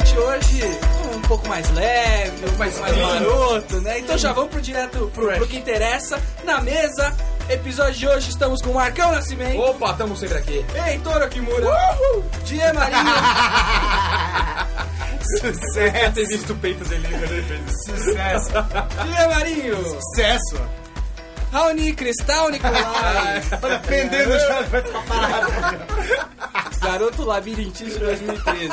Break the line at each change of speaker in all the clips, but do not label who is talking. Uh,
hoje um pouco mais leve, um pouco mais, mais maroto, né? Então já vamos pro direto pro, pro que interessa. Na mesa, episódio de hoje, estamos com o Marcão Nascimento.
Opa, tamo sempre aqui.
Heitor Kimura. Uhul! Diego Marinho.
Sucesso. Tem visto o peito dele quando ele fez isso.
Sucesso.
Diego Marinho.
Sucesso.
Raoni Cristal Nicolai.
Olha, pendendo Tá já vai ficar parado.
Garoto Labirintista de 2013.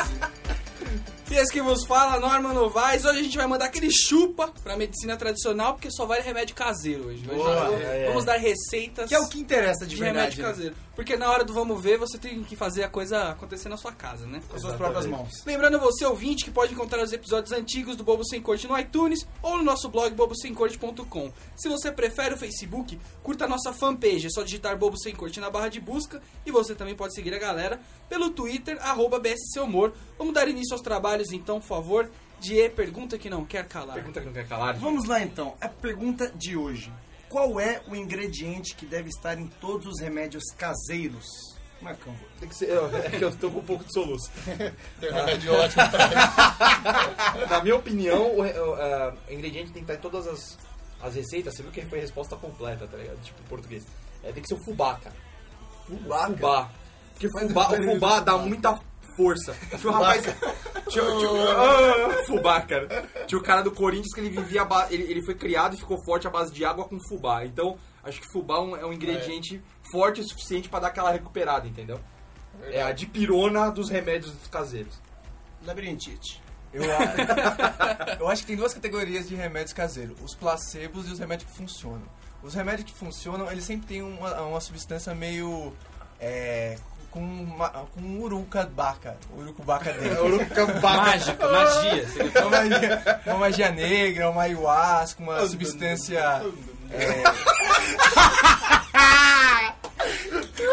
E esse que vos fala, Norma Novaes. Hoje a gente vai mandar aquele chupa pra medicina tradicional, porque só vale remédio caseiro hoje. Hoje
Boa,
nós vamos,
é, é.
vamos dar receitas
Que é o que interessa de
de remédio
verdade. né?
caseiro. Porque na hora do vamos ver, você tem que fazer a coisa acontecer na sua casa, né?
Com suas próprias mãos.
Lembrando você, ouvinte, que pode encontrar os episódios antigos do Bobo Sem Corte no iTunes ou no nosso blog bobosemcorte.com. Se você prefere o Facebook, curta a nossa fanpage, é só digitar Bobo Sem Corte na barra de busca e você também pode seguir a galera pelo Twitter, arroba BSC Humor. Vamos dar início aos trabalhos então, por favor. Die, pergunta que não quer calar.
Pergunta que não quer calar.
Vamos lá então, a pergunta de hoje. Qual é o ingrediente que deve estar em todos os remédios caseiros? Marcão.
Tem que ser, é que eu tô com um pouco de soluço.
Tem um remédio ótimo pra
Na minha opinião, o, re- o, ah, o ingrediente tem que estar em todas as, as receitas. Você viu que foi a resposta completa, tá ligado? Tipo, em português. É, tem que ser o fubá, cara. Fubá? Fubá. Porque fubá, o fubá dá muita força. Tinha um rapaz... Tinha, tinha, ah, fubá, cara. Tinha o cara do Corinthians que ele vivia... à ba- Ele, ele foi criado e ficou forte à base de água com fubá. Então, acho que fubá é um, é um ingrediente forte o suficiente pra dar aquela recuperada, entendeu? É a dipirona dos remédios caseiros.
Labirintite.
Eu, a- eu acho que tem duas categorias de remédios caseiros: os placebos e os remédios que funcionam. Os remédios que funcionam, eles sempre têm uma, uma substância meio. É, com, uma, com um urucubaca. Urucubaca dentro.
Mágica, magia.
uma, magia, uma magia negra, uma ayahuasca, uma substância.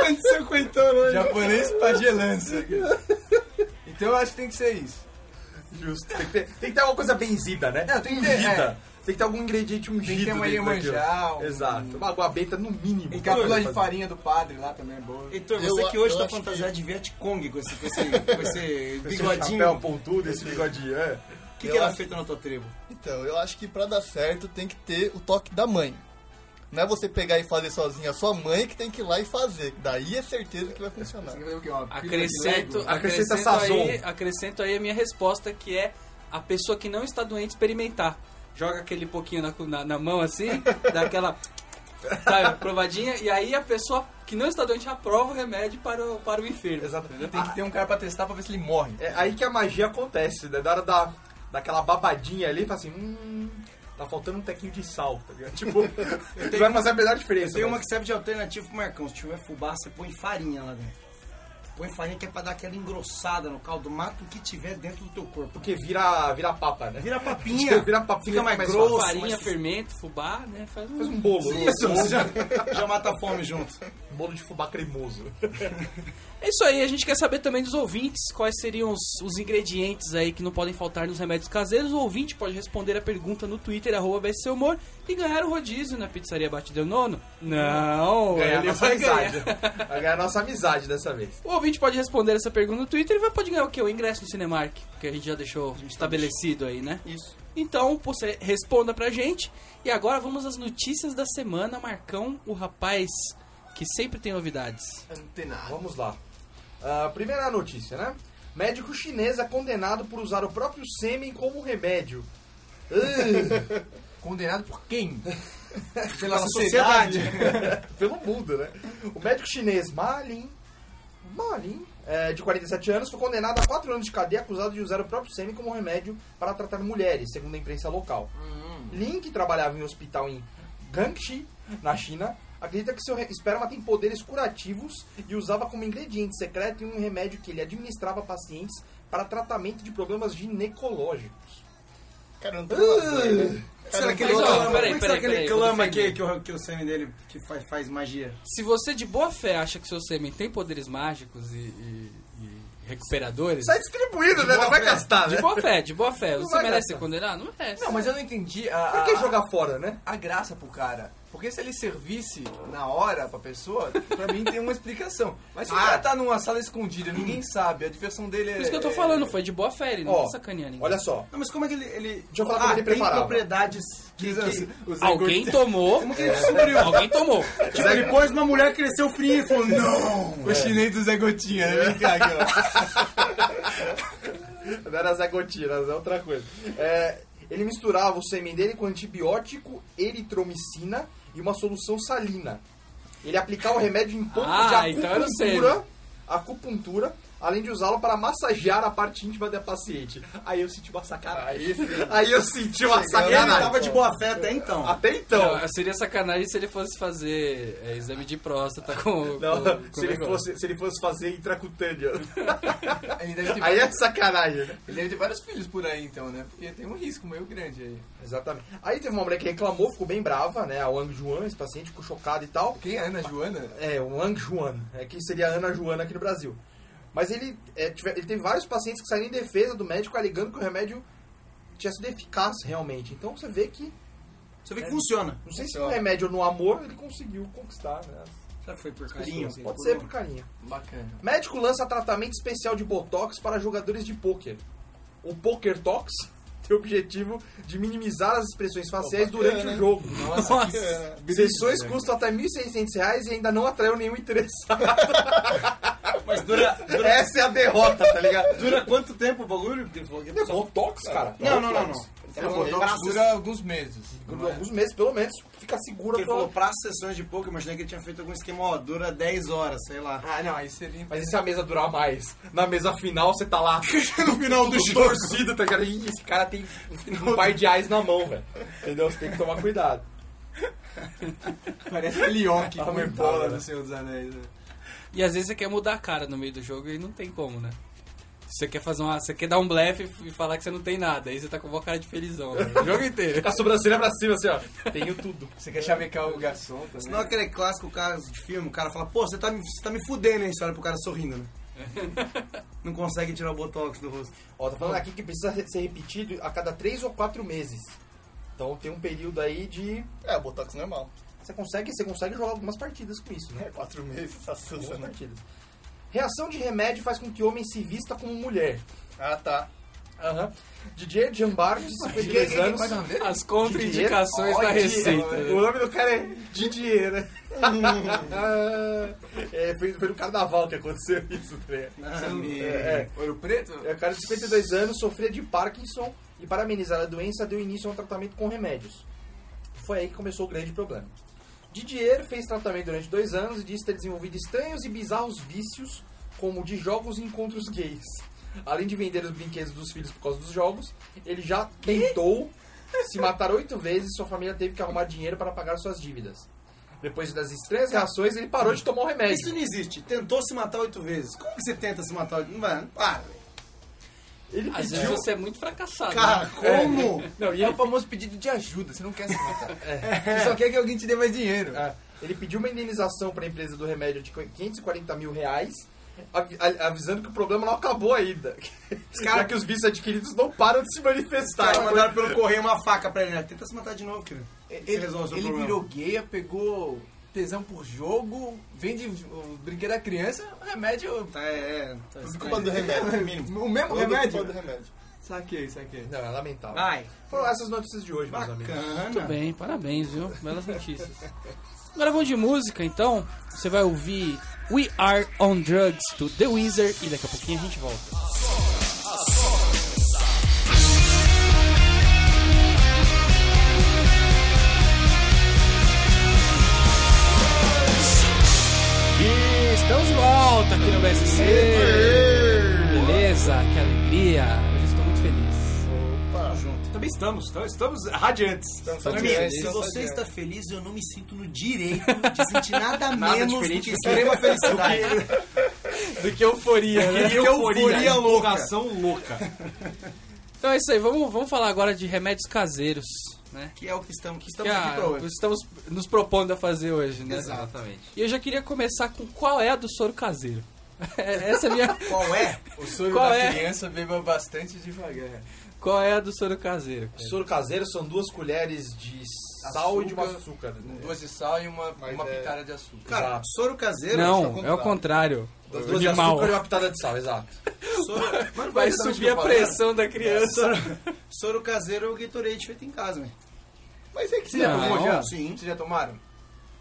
aconteceu com o Heitor hoje?
Japonês pagelança. Então eu acho que tem que ser isso.
Justo. Tem que ter, tem que ter alguma coisa benzida, né?
É, tem que ter,
Ungida. Tem que ter algum ingrediente ungido.
Tem que ter uma
dentro daquilo.
iemanjá, um-
Exato. Uma água benta no mínimo.
E capula de
Fazer.
farinha do padre lá também é boa.
Heitor,
Eu
você
a-
que hoje
eu
tá
acho que-
fantasiado de Vietcong com esse, com esse, com esse
Esse
bigodinho.
um chapéu
O
pontudo, esse bigodinho, é.
que,
Eu
que era
acho-
feito na tua tribo?
Então, eu acho que pra dar certo tem que ter o toque da mãe. Não é você pegar e fazer sozinha, a sua mãe que tem que ir lá e fazer. Daí é certeza que vai funcionar.
Você quer ver o que é uma pílula de
Acrescento,
Lego?
Acrescenta
acrescento,
sazon.
aí, acrescento aí a minha resposta, que é a pessoa que não está doente experimentar. Joga aquele pouquinho na, na, na mão assim, dá aquela sabe, provadinha, e aí a pessoa que não está doente aprova o remédio para o, para o enfermo.
Exato. Ah,
Tem que ter um cara pra testar pra ver se ele morre.
É aí que a magia acontece, né? Na hora da, daquela babadinha ali, fala assim, hum... Tá faltando um tequinho de sal, tá ligado? Tipo, não vai fazer a menor diferença. né?
Tem uma
mas-
que serve de alternativa pro Marcão. Se tiver fubá, você põe farinha lá dentro. Põe farinha que é pra dar aquela engrossada no caldo. Mata o que tiver dentro do teu corpo.
Porque vira, vira papa, né?
Vira papinha.
Vira papinha,
Fica mais
mais
grosso.
Farinha,
mais-
fermento, fubá, né? Faz um...
Faz um bolo.
Isso,
um
você já, já mata a fome junto.
bolo de fubá cremoso.
É isso aí, a gente quer saber também dos ouvintes quais seriam os, os ingredientes aí que não podem faltar nos remédios caseiros. O ouvinte pode responder a pergunta no Twitter, arroba BSC Humor, e ganhar o rodízio na pizzaria Batideu Nono. Não,
Ganhar é a
ele
nossa
vai
amizade.
ganhar.
Vai ganhar a nossa amizade dessa vez.
O ouvinte pode responder essa pergunta no Twitter e vai pode ganhar o quê? O ingresso no Cinemark, que a gente já deixou estabelecido aí, né?
Isso.
Então, você responda pra gente. E agora vamos às notícias da semana. Marcão, o rapaz que sempre tem novidades.
Não tem nada.
Vamos lá. Ah, primeira notícia, né? Médico chinês é condenado por usar o próprio sêmen como remédio. Ah,
Condenado por quem?
Pela sociedade.
Pelo mundo, né? O médico chinês Ma Lin, Ma Lin, eh, de 47 anos, foi condenado a 4 anos de cadeia acusado de usar o próprio sêmen como um remédio para tratar mulheres, segundo a imprensa local.
Hum.
Lin, que trabalhava em um hospital em Guangxi, na China, acredita que seu re- esperma tem poderes curativos e usava como ingrediente secreto em um remédio que ele administrava a pacientes para tratamento de problemas ginecológicos.
Cara, não tem uma mãe, né?
é
Será que
Mas,
ele
ó,
clama,
peraí,
Por que
peraí,
será que
peraí,
ele
vou
clama
defender.
que, que, o, que o sêmen dele que faz, faz magia?
Se você de boa fé acha que seu sêmen tem poderes mágicos e, e- e recuperadores.
Sai distribuindo, né? Não vai gastar, né?
De boa fé, de boa fé.
Não
Você
vai
merece
gastar.
condenar? Não merece. Ah.
Não, mas eu não entendi a,
Por
a,
que jogar fora, né?
a graça pro cara. Porque se ele servisse na hora pra pessoa, pra mim tem uma explicação. Mas se o cara tá numa sala escondida, ninguém sabe, a diversão dele é.
Por isso que eu tô falando, foi de boa fé, ele não
Ó,
tá sacaneando ninguém.
Olha só.
Não, mas como é que ele. ele...
Deixa eu falar como
ah,
ele
tem
preparava.
propriedades que. que...
Alguém tomou, É,
Como que ele descobriu?
alguém tomou.
Tipo, depois uma mulher cresceu frio e falou: Não!
O chinês do Zé Gotinha, né? Vem cá, aqui, ó.
Não era Zé Gotinas, é outra coisa. É, ele misturava o sêmen dele com antibiótico, eritromicina e uma solução salina. Ele aplicava o remédio em pontos
Ah,
de
então era o
acupuntura, acupuntura, além de usá-lo para massagear a parte íntima da paciente. Aí eu senti uma sacanagem. Aí eu senti uma
Ele
sacanagem.
tava de boa fé até então.
Até então.
Não, seria sacanagem se ele fosse fazer é, exame de próstata com,
Não,
com- com
se, ele
negócio.
fosse, se ele fosse fazer intracutâneo.
Ele deve, ter,
Aí é sacanagem, né?
ele deve ter vários filhos por aí, então, né? Porque tem um risco meio grande aí.
Exatamente. Aí teve uma mulher que reclamou, ficou bem brava, né? A Wang Juan, esse paciente ficou chocado e tal.
Quem é a Ana Joana?
É, o Wang Juan, é, que seria a Ana Joana aqui no Brasil. Mas ele, é, tive- ele teve vários pacientes que saíram em defesa do médico alegando que o remédio tinha sido eficaz realmente. Então você vê que,
Você vê que funciona.
não sei se no remédio ou no amor, ele conseguiu conquistar. Né?
Será que foi por carinho?
Pessoas. Pode ser assim, por um. carinho.
Bacana.
Médico lança tratamento especial de Botox para jogadores de pôquer. O Poker Tox tem o objetivo de minimizar as expressões faciais
Opa,
durante
bacana,
o jogo.
Nossa, que-
Sessões custam até R$ 1.600 reais e ainda não atraiu nenhum interessado.
Mas dura, dura,
Essa é a derrota, tá ligado?
dura quanto tempo o bagulho?
É Botox, cara.
Não, não, não, não.
É
Ele
um
falou, pra
Botox
dura...
dura alguns meses.
Por
não é?
alguns meses, pelo menos, fica segura
Ele
pela-
falou pra sessões de pouco, imaginei que ele tinha feito algum esquema, ó, dura 10 horas, sei lá.
Ah, não, aí seria.
Mas e se a mesa durar mais? Na mesa final, você tá lá
no final
todo torcido, tá ligado? Ih, Esse cara tem um par de ais na mão, velho. Entendeu? Você tem que tomar cuidado.
Parece Lionk
Tá
com
muito
bola
bom, né?
do Senhor dos Anéis. né?
E às vezes você quer mudar a cara no meio do jogo e não tem como, né? Você quer fazer uma. Você quer dar um blefe e falar que você não tem nada. Aí você tá com uma cara de felizão. né? O jogo inteiro.
Com a sobrancelha pra cima, assim, ó. Tenho tudo.
Você quer chavecar o garçom tá? também?
Senão é aquele clássico caso de filme, o cara fala, pô, você tá me, você tá me fudendo, hein? Você olha pro cara sorrindo, né? Não consegue tirar o botox do rosto.
Ó, tá falando aqui que precisa re- ser repetido a cada 3 ou 4 meses. Então tem um período aí de.
É, Botox normal.
Você consegue, você consegue jogar algumas partidas com isso, né?
É, quatro meses, essa sussa,
Algumas
né?
partidas. Reação de remédio faz com que homem se vista como mulher.
Ah, tá.
Aham. DJ Jambar, de 52 anos.
Qual é o nome dele?
As contraindicações da
Didier.
receita.
O
né?
nome do cara é Didier, né? é, foi, foi no carnaval que aconteceu isso, né?
Ah, meu.
É,
Ouro Preto?
é, o cara de 52 anos sofria de Parkinson e, para amenizar a doença, deu início a um tratamento com remédios. Foi aí que começou o grande problema. Didier fez tratamento durante dois anos e disse ter desenvolvido estranhos e bizarros vícios, como o de jogos e encontros gays. Além de vender os brinquedos dos filhos por causa dos jogos, ele já tentou se matar oito vezes e sua família teve que arrumar dinheiro para pagar suas dívidas. Depois das estranhas reações, ele parou de tomar o remédio.
Isso não existe. Tentou se matar oito vezes. Como que você tenta se matar oito vezes? Mano, para. velho.
Ele
Às vezes você é muito fracassado.
Cara,
né?
como?
Não, e
É o
ele
famoso pedido de ajuda, você não quer se matar.
É.
Você só quer que alguém te dê mais dinheiro.
É, ele pediu uma indenização para a empresa do remédio de 540 mil reais, avi- a- avisando que o problema não acabou ainda. Já que os vícios adquiridos não param de se manifestar.
Cara, Tá, mandaram pelo correio uma faca pra ele, né? Tenta se matar de novo, querido. Você
Ele,
resolve o seu
ele
problema.
virou gay, pegou tesão por jogo, vende o brinquedo da criança, remédio.
Tá, é, é. Tá
Culpa do remédio.
mínimo.
O mesmo
Tudo
remédio?
Culpa do remédio.
Saquei, saquei.
Não, é lamentável.
Vai.
Foram essas notícias de hoje, meus amigos.
Muito
Ah. Bacana.
bem, parabéns, viu? Belas notícias. Agora vamos de música, então. Você vai ouvir We Are On Drugs do The Weezer e daqui a pouquinho a gente volta. E Estamos de volta aqui no BSC. Beleza, que alegria. Hoje estou muito feliz.
Opa.
Também estamos, tá- estamos radiantes.
Estamos
Amigo,
radiantes,
se
estamos
você
radiantes.
está feliz, eu não me sinto no direito de sentir nada,
Nada
menos do
diferente
que
do que-
extrema felicidade.
Do que euforia, né?
Que euforia louca.
Então é isso aí, vamos, vamos falar agora de remédios caseiros, né?
Que é o que estamos, que
Que
estamos aqui pra
a,
hoje.
estamos nos propondo a fazer hoje, né?
Exatamente.
E eu já queria começar com qual é a do soro caseiro. Essa é a minha.
Qual é?
O soro
Qual
da
é?
criança beba bastante devagar.
qual é a do soro caseiro? cara?
Soro caseiro são duas colheres de sal e de uma
açúcar,
açúcar.
Um
né?
Duas de sal e uma,
Mas
uma
é-
pitada de açúcar.
Cara,
Exato.
soro caseiro.
acho
Não,
que
é
é o
o contrário.
Duas
é
de
Animal.
açúcar e uma pitada de sal, exato.
Soro, mano,
Vai
soro-
subir a pressão da criança.
Soro caseiro é o Gatorade feito em casa, velho.
Mas é que
Não.
é bom,
já?
Sim.
Vocês já tomaram?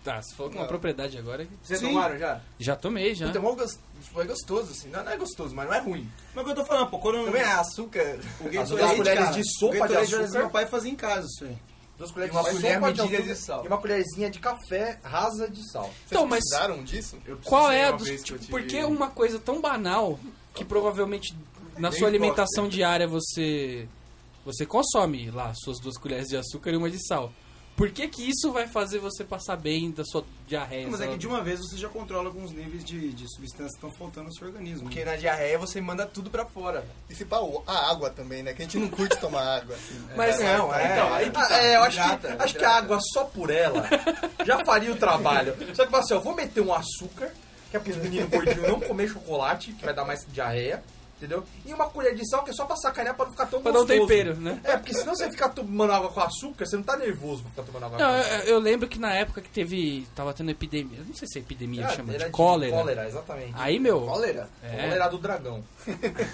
Tá, se falou com uma propriedade agora. que-
Vocês já
Sim.
tomaram já?
Já tomei, já.
Puta,
Então,
é mó gos- tipo, é gostoso, assim. Não, não é gostoso, mas não é ruim.
Mas o que eu tô falando, pô, quando eu-
Também é açúcar.
O
As
Gatorade,
outras colheres
cara,
de sopa
o Gatorade,
de açúcar.
Meu pai fazia em casa isso aí.
é Duas colheres
E uma
de sal.
colher
sopa
medida
açúcar
de sal.
E uma colherzinha de café rasa de sal.
Então, mas
Precisaram disso?
Eu preciso
qual
dizer
é a
uma
dos.
vez que eu
Tipo,
tive-
por que uma coisa tão banal que provavelmente na
Nem
sua
posso
alimentação diária você. Você consome lá suas duas colheres de açúcar e uma de sal. Por que que isso vai fazer você passar bem da sua diarreia?
Mas é que
sabe?
de
um
uma vez você já controla alguns níveis de, de substâncias que estão faltando no seu organismo. né?
Porque na diarreia você manda tudo pra fora.
E se pá, o- a água também, né? Que a gente não curte tomar água, assim.
Mas
É,
não, é.
Então, aí que tá.
Ah,
é, eu acho,
hidrata,
que, acho que a
hidrata.
água só por ela já faria o trabalho. Só que, assim, ó, vou meter um açúcar, que é pros meninos gordinhos não comer chocolate, que vai dar mais diarreia, entendeu? E uma colher de sal, que é só pra sacanear pra não ficar tão
Pra dar um
gostoso.
tempero, né?
É, porque senão você ficar tomando água com açúcar, você não tá nervoso pra ficar tomando água
Não,
é,
com
eu, eu lembro que na época que teve. Tava tendo epidemia. eu Não sei se é epidemia que
açúcar.
chama,
Ah, era
de cólera.
Cólera, exatamente.
Aí, meu,
Cólera.
É.
Cólera do dragão.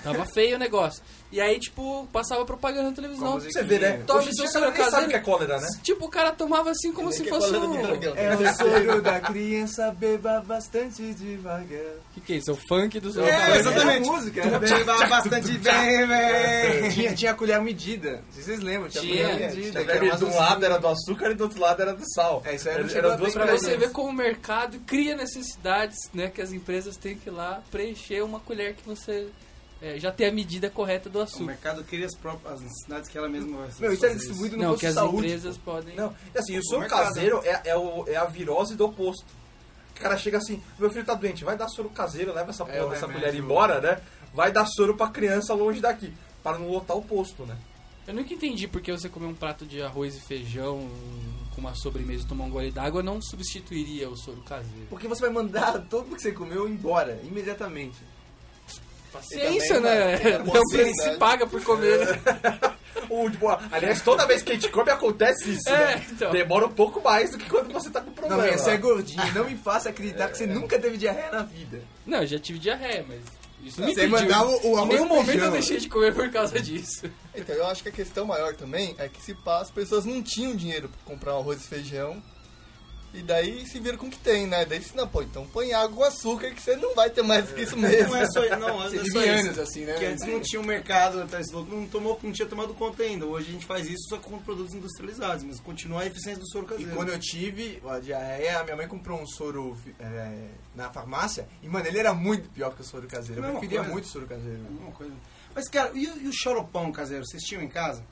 tava feio o negócio. E aí, tipo, passava propaganda na televisão.
Como
Você vê, né?
Tome
Hoje em
seu
dia, o cara nem
caseiro.
sabe o que é cólera, né?
Tipo, o cara tomava assim como se fosse um... O
É o cheiro da criança, beba bastante devagar.
que, que é isso? É o funk dos...
É, exatamente.
Era música,
Tu
era
beba bastante bem, véi.
É, Tinha, tinha a colher à medida. Não sei se vocês lembram, tinha, a colher à
Tinha.
É,
medida. que era
De um
assim,
umas
lado era do açúcar e do outro lado era do sal.
É, isso aí não
Era-
chegou
Era
a bem
duas
Pra
pra
colheres.
você ver como o mercado cria necessidades, né? Que as empresas têm que ir lá preencher uma colher que você é, já tem a medida correta do
O
açúcar.
mercado cria as próprias as necessidades que ela mesma vai
Meu, isso
é
era distribuído no
Não,
posto
que
de
as
saúde.
empresas podem...
Não, e assim, o
O
soro
mercado.
caseiro é, é, o- é a virose do oposto. O cara chega assim, meu filho tá doente, vai dar soro caseiro, leva essa,
É,
porra
o
dessa
remédio.
mulher embora, né? Vai dar soro pra criança longe daqui, para não lotar o posto, né?
Eu nunca entendi porque você comer um prato de arroz e feijão um- com uma sobremesa e tomar um gole d'água não substituiria o soro caseiro.
Porque você vai mandar todo o que você comeu embora, imediatamente.
Paciência,
também,
né?
né?
Não se- se paga por comer, né?
O, tipo, aliás, toda vez que a gente come acontece isso,
É,
né?
então.
Demora um pouco mais do que quando você tá com
Não,
problema.
velho, você é gordinho, não me faça acreditar que você nunca teve diarreia na vida.
Não, eu já tive diarreia, mas isso não me
Você
impediu.
mandava o- o
Em
arroz
nenhum
e
momento
feijão.
eu deixei de comer por causa disso.
Então, eu acho que a questão maior também é que se pá, as pessoas não tinham dinheiro pra comprar um arroz e feijão. E daí se viram com o que tem, né? Daí se não, pô, então põe água com açúcar que você não vai ter mais que isso mesmo.
Não é só, não, não é
Você
só
vive
isso.
anos assim, né?
Que antes não tinha um mercado, tá, esse louco não, tomou, não tinha tomado conta ainda. Hoje a gente faz isso só com produtos industrializados, mas continua a eficiência do soro
E
caseiro.
quando eu tive a diarreia, a minha mãe comprou um soro é, na farmácia e, mano, ele era muito pior que o soro caseiro. Eu
Mesma
preferia
é coisa.
muito o soro caseiro.
Alguma coisa. Mas, cara, e, o- e o xaropão caseiro? Vocês tinham em casa?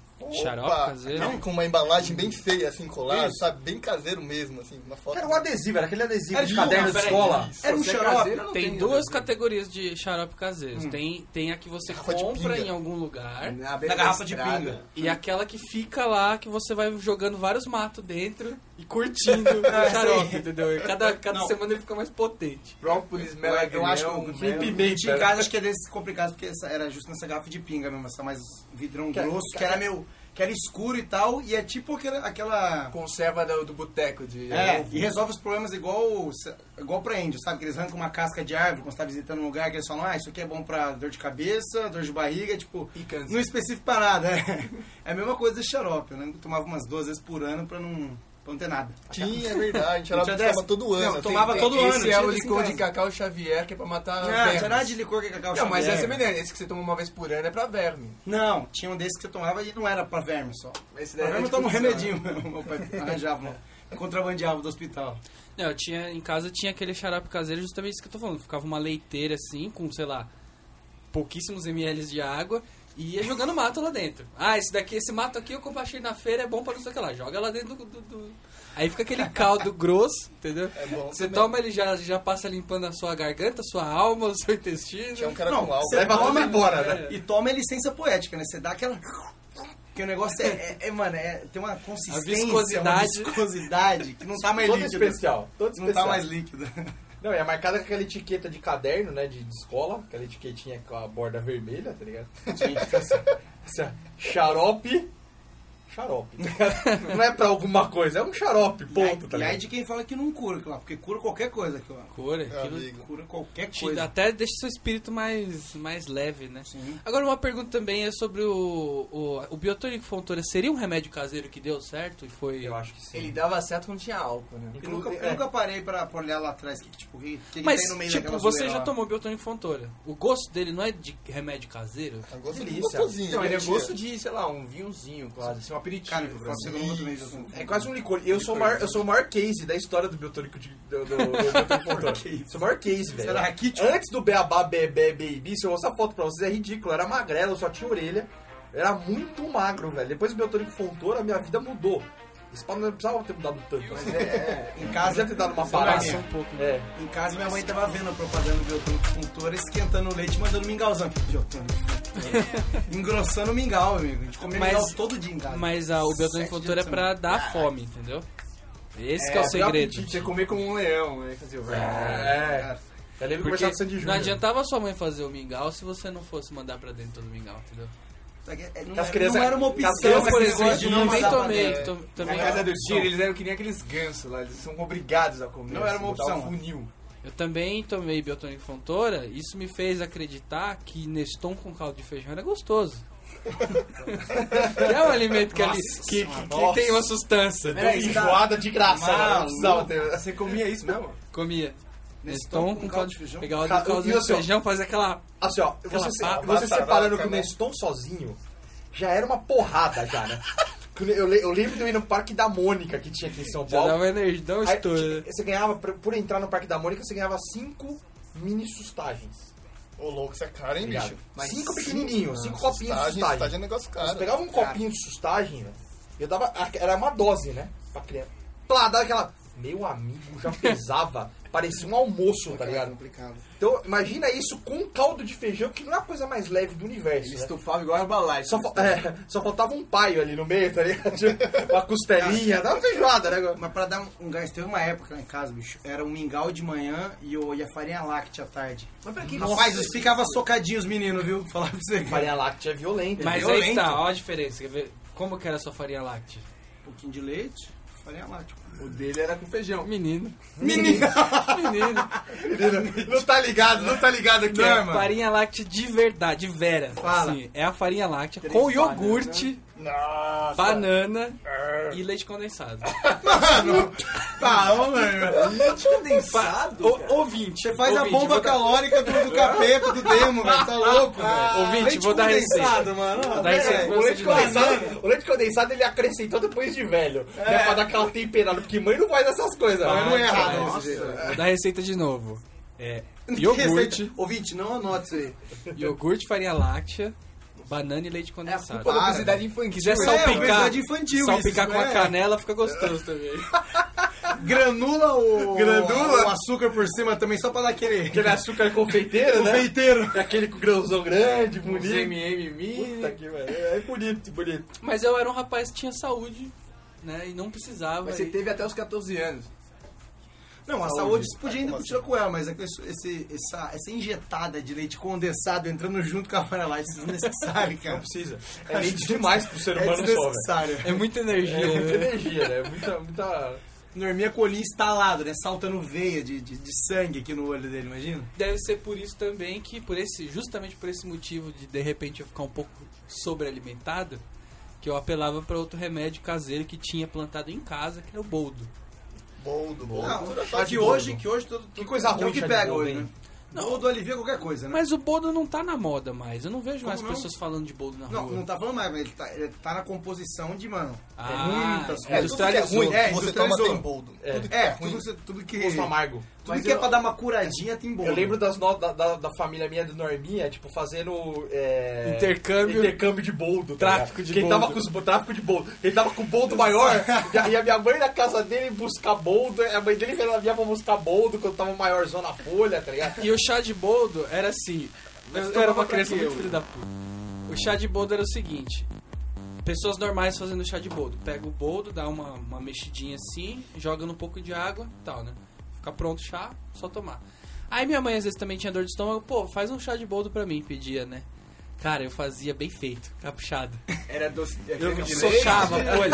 Xarope
Opa,
caseiro?
aquele Com uma embalagem bem feia, assim, colada,
Isso.
sabe? Bem caseiro mesmo, assim, uma foto.
Era um adesivo, era aquele adesivo
Era
de
de
caderno
Lucas,
de
peraí.
escola.
Era um
Se é
xarope?
caseiro, eu não
Tem
tenho
duas
nada a ver.
categorias de xarope caseiros. Tem, tem a que você
Garrafa de
compra
pinga.
em algum lugar
Né?
Na, beira da
Na garrafa de
Ah, estrada.
pinga.
e aquela que fica lá, que você vai jogando vários matos dentro e curtindo o xarope, entendeu? E cada cada
Não.
semana ele fica mais potente.
Própolis,
Eu-
melagrão,
eu acho que o
mel.
Felipe
Eu tinha em
Pimenta.
casa, acho que é desses complicados, porque essa- era justo nessa garrafa de pinga mesmo, essa mais vidrão
Que-
grosso, que era meio. que era escuro e tal, e é tipo aquela. aquela
Conserva do, do boteco de...
É, e resolve os problemas igual, igual pra índio, sabe? Que eles arrancam uma casca de árvore quando você tá visitando um lugar que eles falam, ah, isso aqui é bom pra dor de cabeça, dor de barriga, tipo,
E câncer.
não específico pra nada. É, é a mesma coisa do xarope, eu lembro que eu tomava umas duas vezes por ano pra não, pra não ter nada.
Tinha, é verdade. Era
Não tinha dessa?
tomava todo ano.
Não, tomava
tem-
todo ano,
Esse é
tinha
o
desse em
licor de
casa.
cacau Xavier, que é pra matar
Não,
vermes.
tinha nada de licor que é cacau
Não, mas é
Xavier.
semelhante. Esse que você toma uma vez por ano é pra verme.
Não, tinha um desses que eu tomava e não era pra verme só.
Esse
Pra
daí é
verme eu
de
tomo um
condição.
remedinho, meu pai arranjava, um- contrabandeava do hospital.
Não, eu tinha em casa tinha aquele xarope caseiro, justamente isso que eu tô falando. Ficava uma leiteira assim, com, sei lá, pouquíssimos ml de água e ia jogando mato lá dentro. Ah, esse daqui, esse mato aqui eu compartilhei na feira, é bom pra não sei o que lá. Joga lá dentro do. do- do- Aí fica aquele caldo grosso, entendeu?
É bom
Você
também.
toma ele já, já passa limpando a sua garganta, a sua alma, o seu intestino.
Tinha um cara
Não,
com álcool.
você
Leva tudo
toma-
embora, né?
E toma a licença poética, né? Você dá aquela. Que o negócio é, é, é, mano, é, tem uma consistência,
viscosidade.
uma viscosidade que não tá mais
Todo
líquida.
especial. Todo
Não tá
especial.
mais líquida.
Não, e é marcada com aquela etiqueta de caderno, né? De, de escola, aquela etiquetinha com a borda vermelha, tá ligado? Assim, ó, xarope xarope. não é pra alguma coisa, é um xarope,
E aí-
é
ponto, tá
e aí
ligado?
de quem fala que não cura, claro, porque cura qualquer coisa aquilo lá.
Cor,
Meu
aquilo
amigo.
Cura qualquer
te-
coisa.
até deixa seu espírito mais, mais leve, né?
Sim.
Agora uma pergunta também é sobre o. O, o biotônico fontoura seria um remédio caseiro que deu certo e foi.
Eu acho que sim.
Ele dava certo quando tinha álcool, né?
Eu nunca, eu
é.
nunca parei pra, pra olhar lá atrás que, tipo, que, que
Mas,
que tem no meio
tipo,
daquela
você
zoeira
já
lá.
tomou biotônico fontoura. O gosto dele não é de remédio caseiro?
É um gosto
Delícia.
gostosinho.
Não, ele é
divertido.
gosto de, sei lá, um vinhozinho quase, assim, um aperitivo.
Cara,
pra
você
mim.
nunca tomei isso.
É quase um licor. Eu sou, o maior, eu sou o maior case da história do biotônico de, do, do, do biotônico Fontoura.
Case.
Sou o maior case, velho.
era raquítico?
Antes do Beabá Bebê Baby, se eu mostrar foto pra vocês, é ridículo. Eu era magrelo, só tinha orelha. Eu era muito magro, velho. Depois do biotônico Fontoura, a minha vida mudou. Esse pau não precisava ter mudado tanto, mas é... é
Em
casa
casa,
já ter dado uma
Você não
parada.
vai
Passou um pouco.
É.
em casa minha mãe tava vendo a propaganda do biotônico funtora, esquentando o leite, e mandando mingauzão. Que biotônico Fontoura. Engrossando o mingau, amigo. A gente comia
Mas-
mingau todo dia em casa.
Mas ah, o biotônico
Sete
fontoura é
dias de
pra dar fome, entendeu? Esse que é o
abriu
segredo.
apetite,
Você comer como um leão, né? Fazer o...
É. Eu lembro de
Porque
conversar do Sandy
não
Júnior.
adiantava sua mãe fazer o mingau se você não fosse mandar pra dentro do mingau, entendeu?
Só que, é, Não,
Que as
era-
crianças-
não era uma
que as
opção,
crianças
por
esse
exemplo,
negócio de
também
mandar pra
tomei.
dentro.
to-
Na
também
casa do
opção.
tiro, eles eram que nem aqueles gansos lá, eles são obrigados a comer.
Não era uma
assim, botar
opção.
Um funil.
Eu também tomei biotônico fontora, isso me fez acreditar que Neston com caldo de feijão era gostoso. que é um alimento que, ali, que, que- que
Nossa.
tem uma sustância. né?
Peraí, você tá-
Enjoada de graça,
Maluco.
mano. Não precisava ter-
Você comia isso mesmo?
Comia. Neston com caldo de feijão. Pegava
Ca-
o caldo
e
de
assim, ó,
feijão, fazia aquela...
Assim, ó, você, se-
papa,
você
papa,
separando
papa,
com o
né?
Neston sozinho, já era uma porrada, já, né? Que Eu, le- eu lembro de eu ir no Parque da Mônica que tinha aqui em São
Já
Paulo.
dava energia, um
Aí,
estouro.
você ganhava, por, por entrar no Parque da Mônica, você ganhava cinco mini sustagens. tá
Ô, louco, isso é caro, hein,
Ligado?
bicho? Mas
cinco pequenininhos, cinco copinhos de
sustagem,
sustagem.
sustagem é negócio
Você
caro.
pegava um copinho de sustagem, velho, e eu dava. Era uma dose, né? Pra criança. Plá, dava aquela. Meu amigo, já pesava. parecia um almoço, tá ligado?
Complicado.
Então, imagina isso com um caldo de feijão, que não é a coisa mais leve do universo.
Ele
né?
estufava igual a balai.
Só, fa- é, só faltava um paio ali no meio, tá ligado? Uma costelinha, dava uma feijoada, né? agora?
Mas pra dar um, um gás, teve uma época lá em casa, bicho, era um mingau de manhã e, o, e a farinha láctea à tarde.
Mas pra que
Rapaz, eles ficavam socadinhos, os meninos, viu? Falar pra você. cara.
Farinha láctea é violenta.
Mas
violenta.
aí tá, olha a diferença. Quer ver Como que era a sua farinha láctea?
Um pouquinho de leite, farinha láctea.
O dele era com feijão.
Menino.
Menino!
Menino.
Não tá ligado, não tá ligado aqui.
Não,
ó.
mano.
farinha láctea de verdade, de vera.
Fala. né?
Assim, é a farinha láctea
Três
com iogurte,
Nossa.
banana
É.
e leite condensado.
Pá, ô, mano.
Leite
É
condensado?
O, ouvinte.
Você faz
ouvinte,
a bomba
vou dar-
calórica do, do capeta, do demo, velho. Tá louco, velho.
Ouvinte, vou dar receita.
condensado, mano.
Vou
Ó,
dar
velho.
receita pra
O
você
leite,
de
tá
novo.
condensado, o leite condensado ele acrescentou depois de velho. Né, pra dar aquela temperada, porque mãe não faz essas coisas.
Mas É. não é errado
Nossa.
desse jeito.
Vou dar a receita de novo. É
Receita-
iogurte,
Ouvinte, não anota isso aí.
iogurte, farinha láctea, banana e leite condensado.
É culpa do-
Obesidade infantil.
quiser
é,
salpicar,
obesidade infantil
salpicar
isso,
com
né?
a canela fica gostoso também.
Granula ou...
Granula?
O açúcar por cima também, só pra dar aquele...
Aquele açúcar confeiteiro, né?
Confeiteiro.
Aquele com grãozão grande,
Os
bonito.
M&M mini.
Hum. Puta que, velho. É bonito, bonito.
Mas eu era um rapaz que tinha saúde, né? E não precisava.
Mas você
e-
teve até os 14 anos.
Não, a saúde você podia ainda continuar com ela, mas é que esse, esse- essa, essa injetada de leite condensado entrando junto com a farinha light isso é desnecessário,
Não
cara.
precisa. É leite demais pro ser
É
humano só, velho.
desnecessário.
É muita energia.
É muita
né?
energia, né? Muita, muita...
Dormia com o olhinho instalado, né? Saltando veia de, de, de sangue aqui no olho dele, imagina?
Deve ser por isso também que, por esse, justamente por esse motivo de de repente eu ficar um pouco sobrealimentado, que eu apelava para outro remédio caseiro que tinha plantado em casa, que era o boldo.
Boldo, boldo.
tá
só que hoje, que hoje todo,
Que coisa
todo-
ruim,
um que
chá de
pega
boldo,
hoje,
hein?
né? Boldo alivia qualquer coisa, né?
Mas o boldo não tá na moda mais. Eu não vejo mais
Como não?
pessoas falando de boldo na
não,
rua.
não tá falando mais, mas ele tá, ele tá na composição de, mano.
Ah,
muitas
é,
coisas.
industrializou.
Tudo que é ruim,
você
é,
toma
industrializou.
tem boldo.
É.
Tudo que
É,
tá ruim.
tudo, que- tudo que.
Gosto amargo.
Tudo
Mas
que é
eu-
pra dar uma curadinha tem boldo.
Eu lembro das no- da, da, da família minha do Norminha, tipo, fazendo. é,
Intercâmbio.
Intercâmbio de boldo. tá
Tráfico
ligado?
de
Quem
boldo.
Tava com os, bo- tráfico de boldo. Ele tava com o boldo maior e, a, e a minha mãe na casa dele buscar boldo. A mãe dele ela via pra buscar boldo quando tava maiorzão na folha, tá ligado?
E o chá de boldo era assim. Eu
tomava
era
pra
uma criança
quê,
muito
eu?
filho da puta. O chá de boldo era o seguinte: pessoas normais fazendo chá de boldo. Pega o boldo, dá uma, uma mexidinha assim, joga num pouco de água e tal, né? Fica pronto o chá, só tomar. Aí minha mãe às vezes também tinha dor de estômago, pô, faz um chá de boldo pra mim, pedia, né? Cara, eu fazia bem feito, caprichado.
Era doce de
Eu
creme de leite.
socava, pois.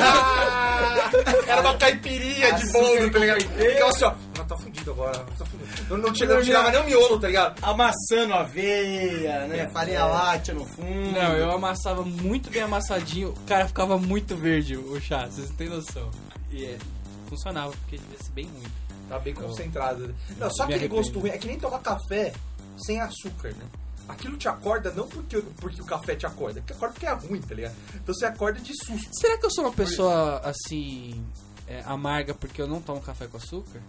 Era uma caipirinha
Assim,
de bolo, tá ligado? Ficava assim, ó. Ah, tá fudido agora. Tá fudido. Eu não, chega- não tirava nem o miolo, tá ligado?
Amassando aveia, né? Farinha láctea no fundo.
Não, eu amassava muito bem amassadinho. Cara, ficava muito verde o chá, vocês não têm noção. E é, funcionava, porque devia ser bem ruim.
Tá bem concentrado. né? Não, só
Me
aquele
arrependo.
gosto ruim. É que nem tomar café sem açúcar, né? Aquilo te acorda não porque, porque o café te acorda, porque acorda porque é ruim, tá ligado? Então você acorda de susto.
Será que eu sou uma pessoa, assim, é, amarga porque eu não tomo café com açúcar?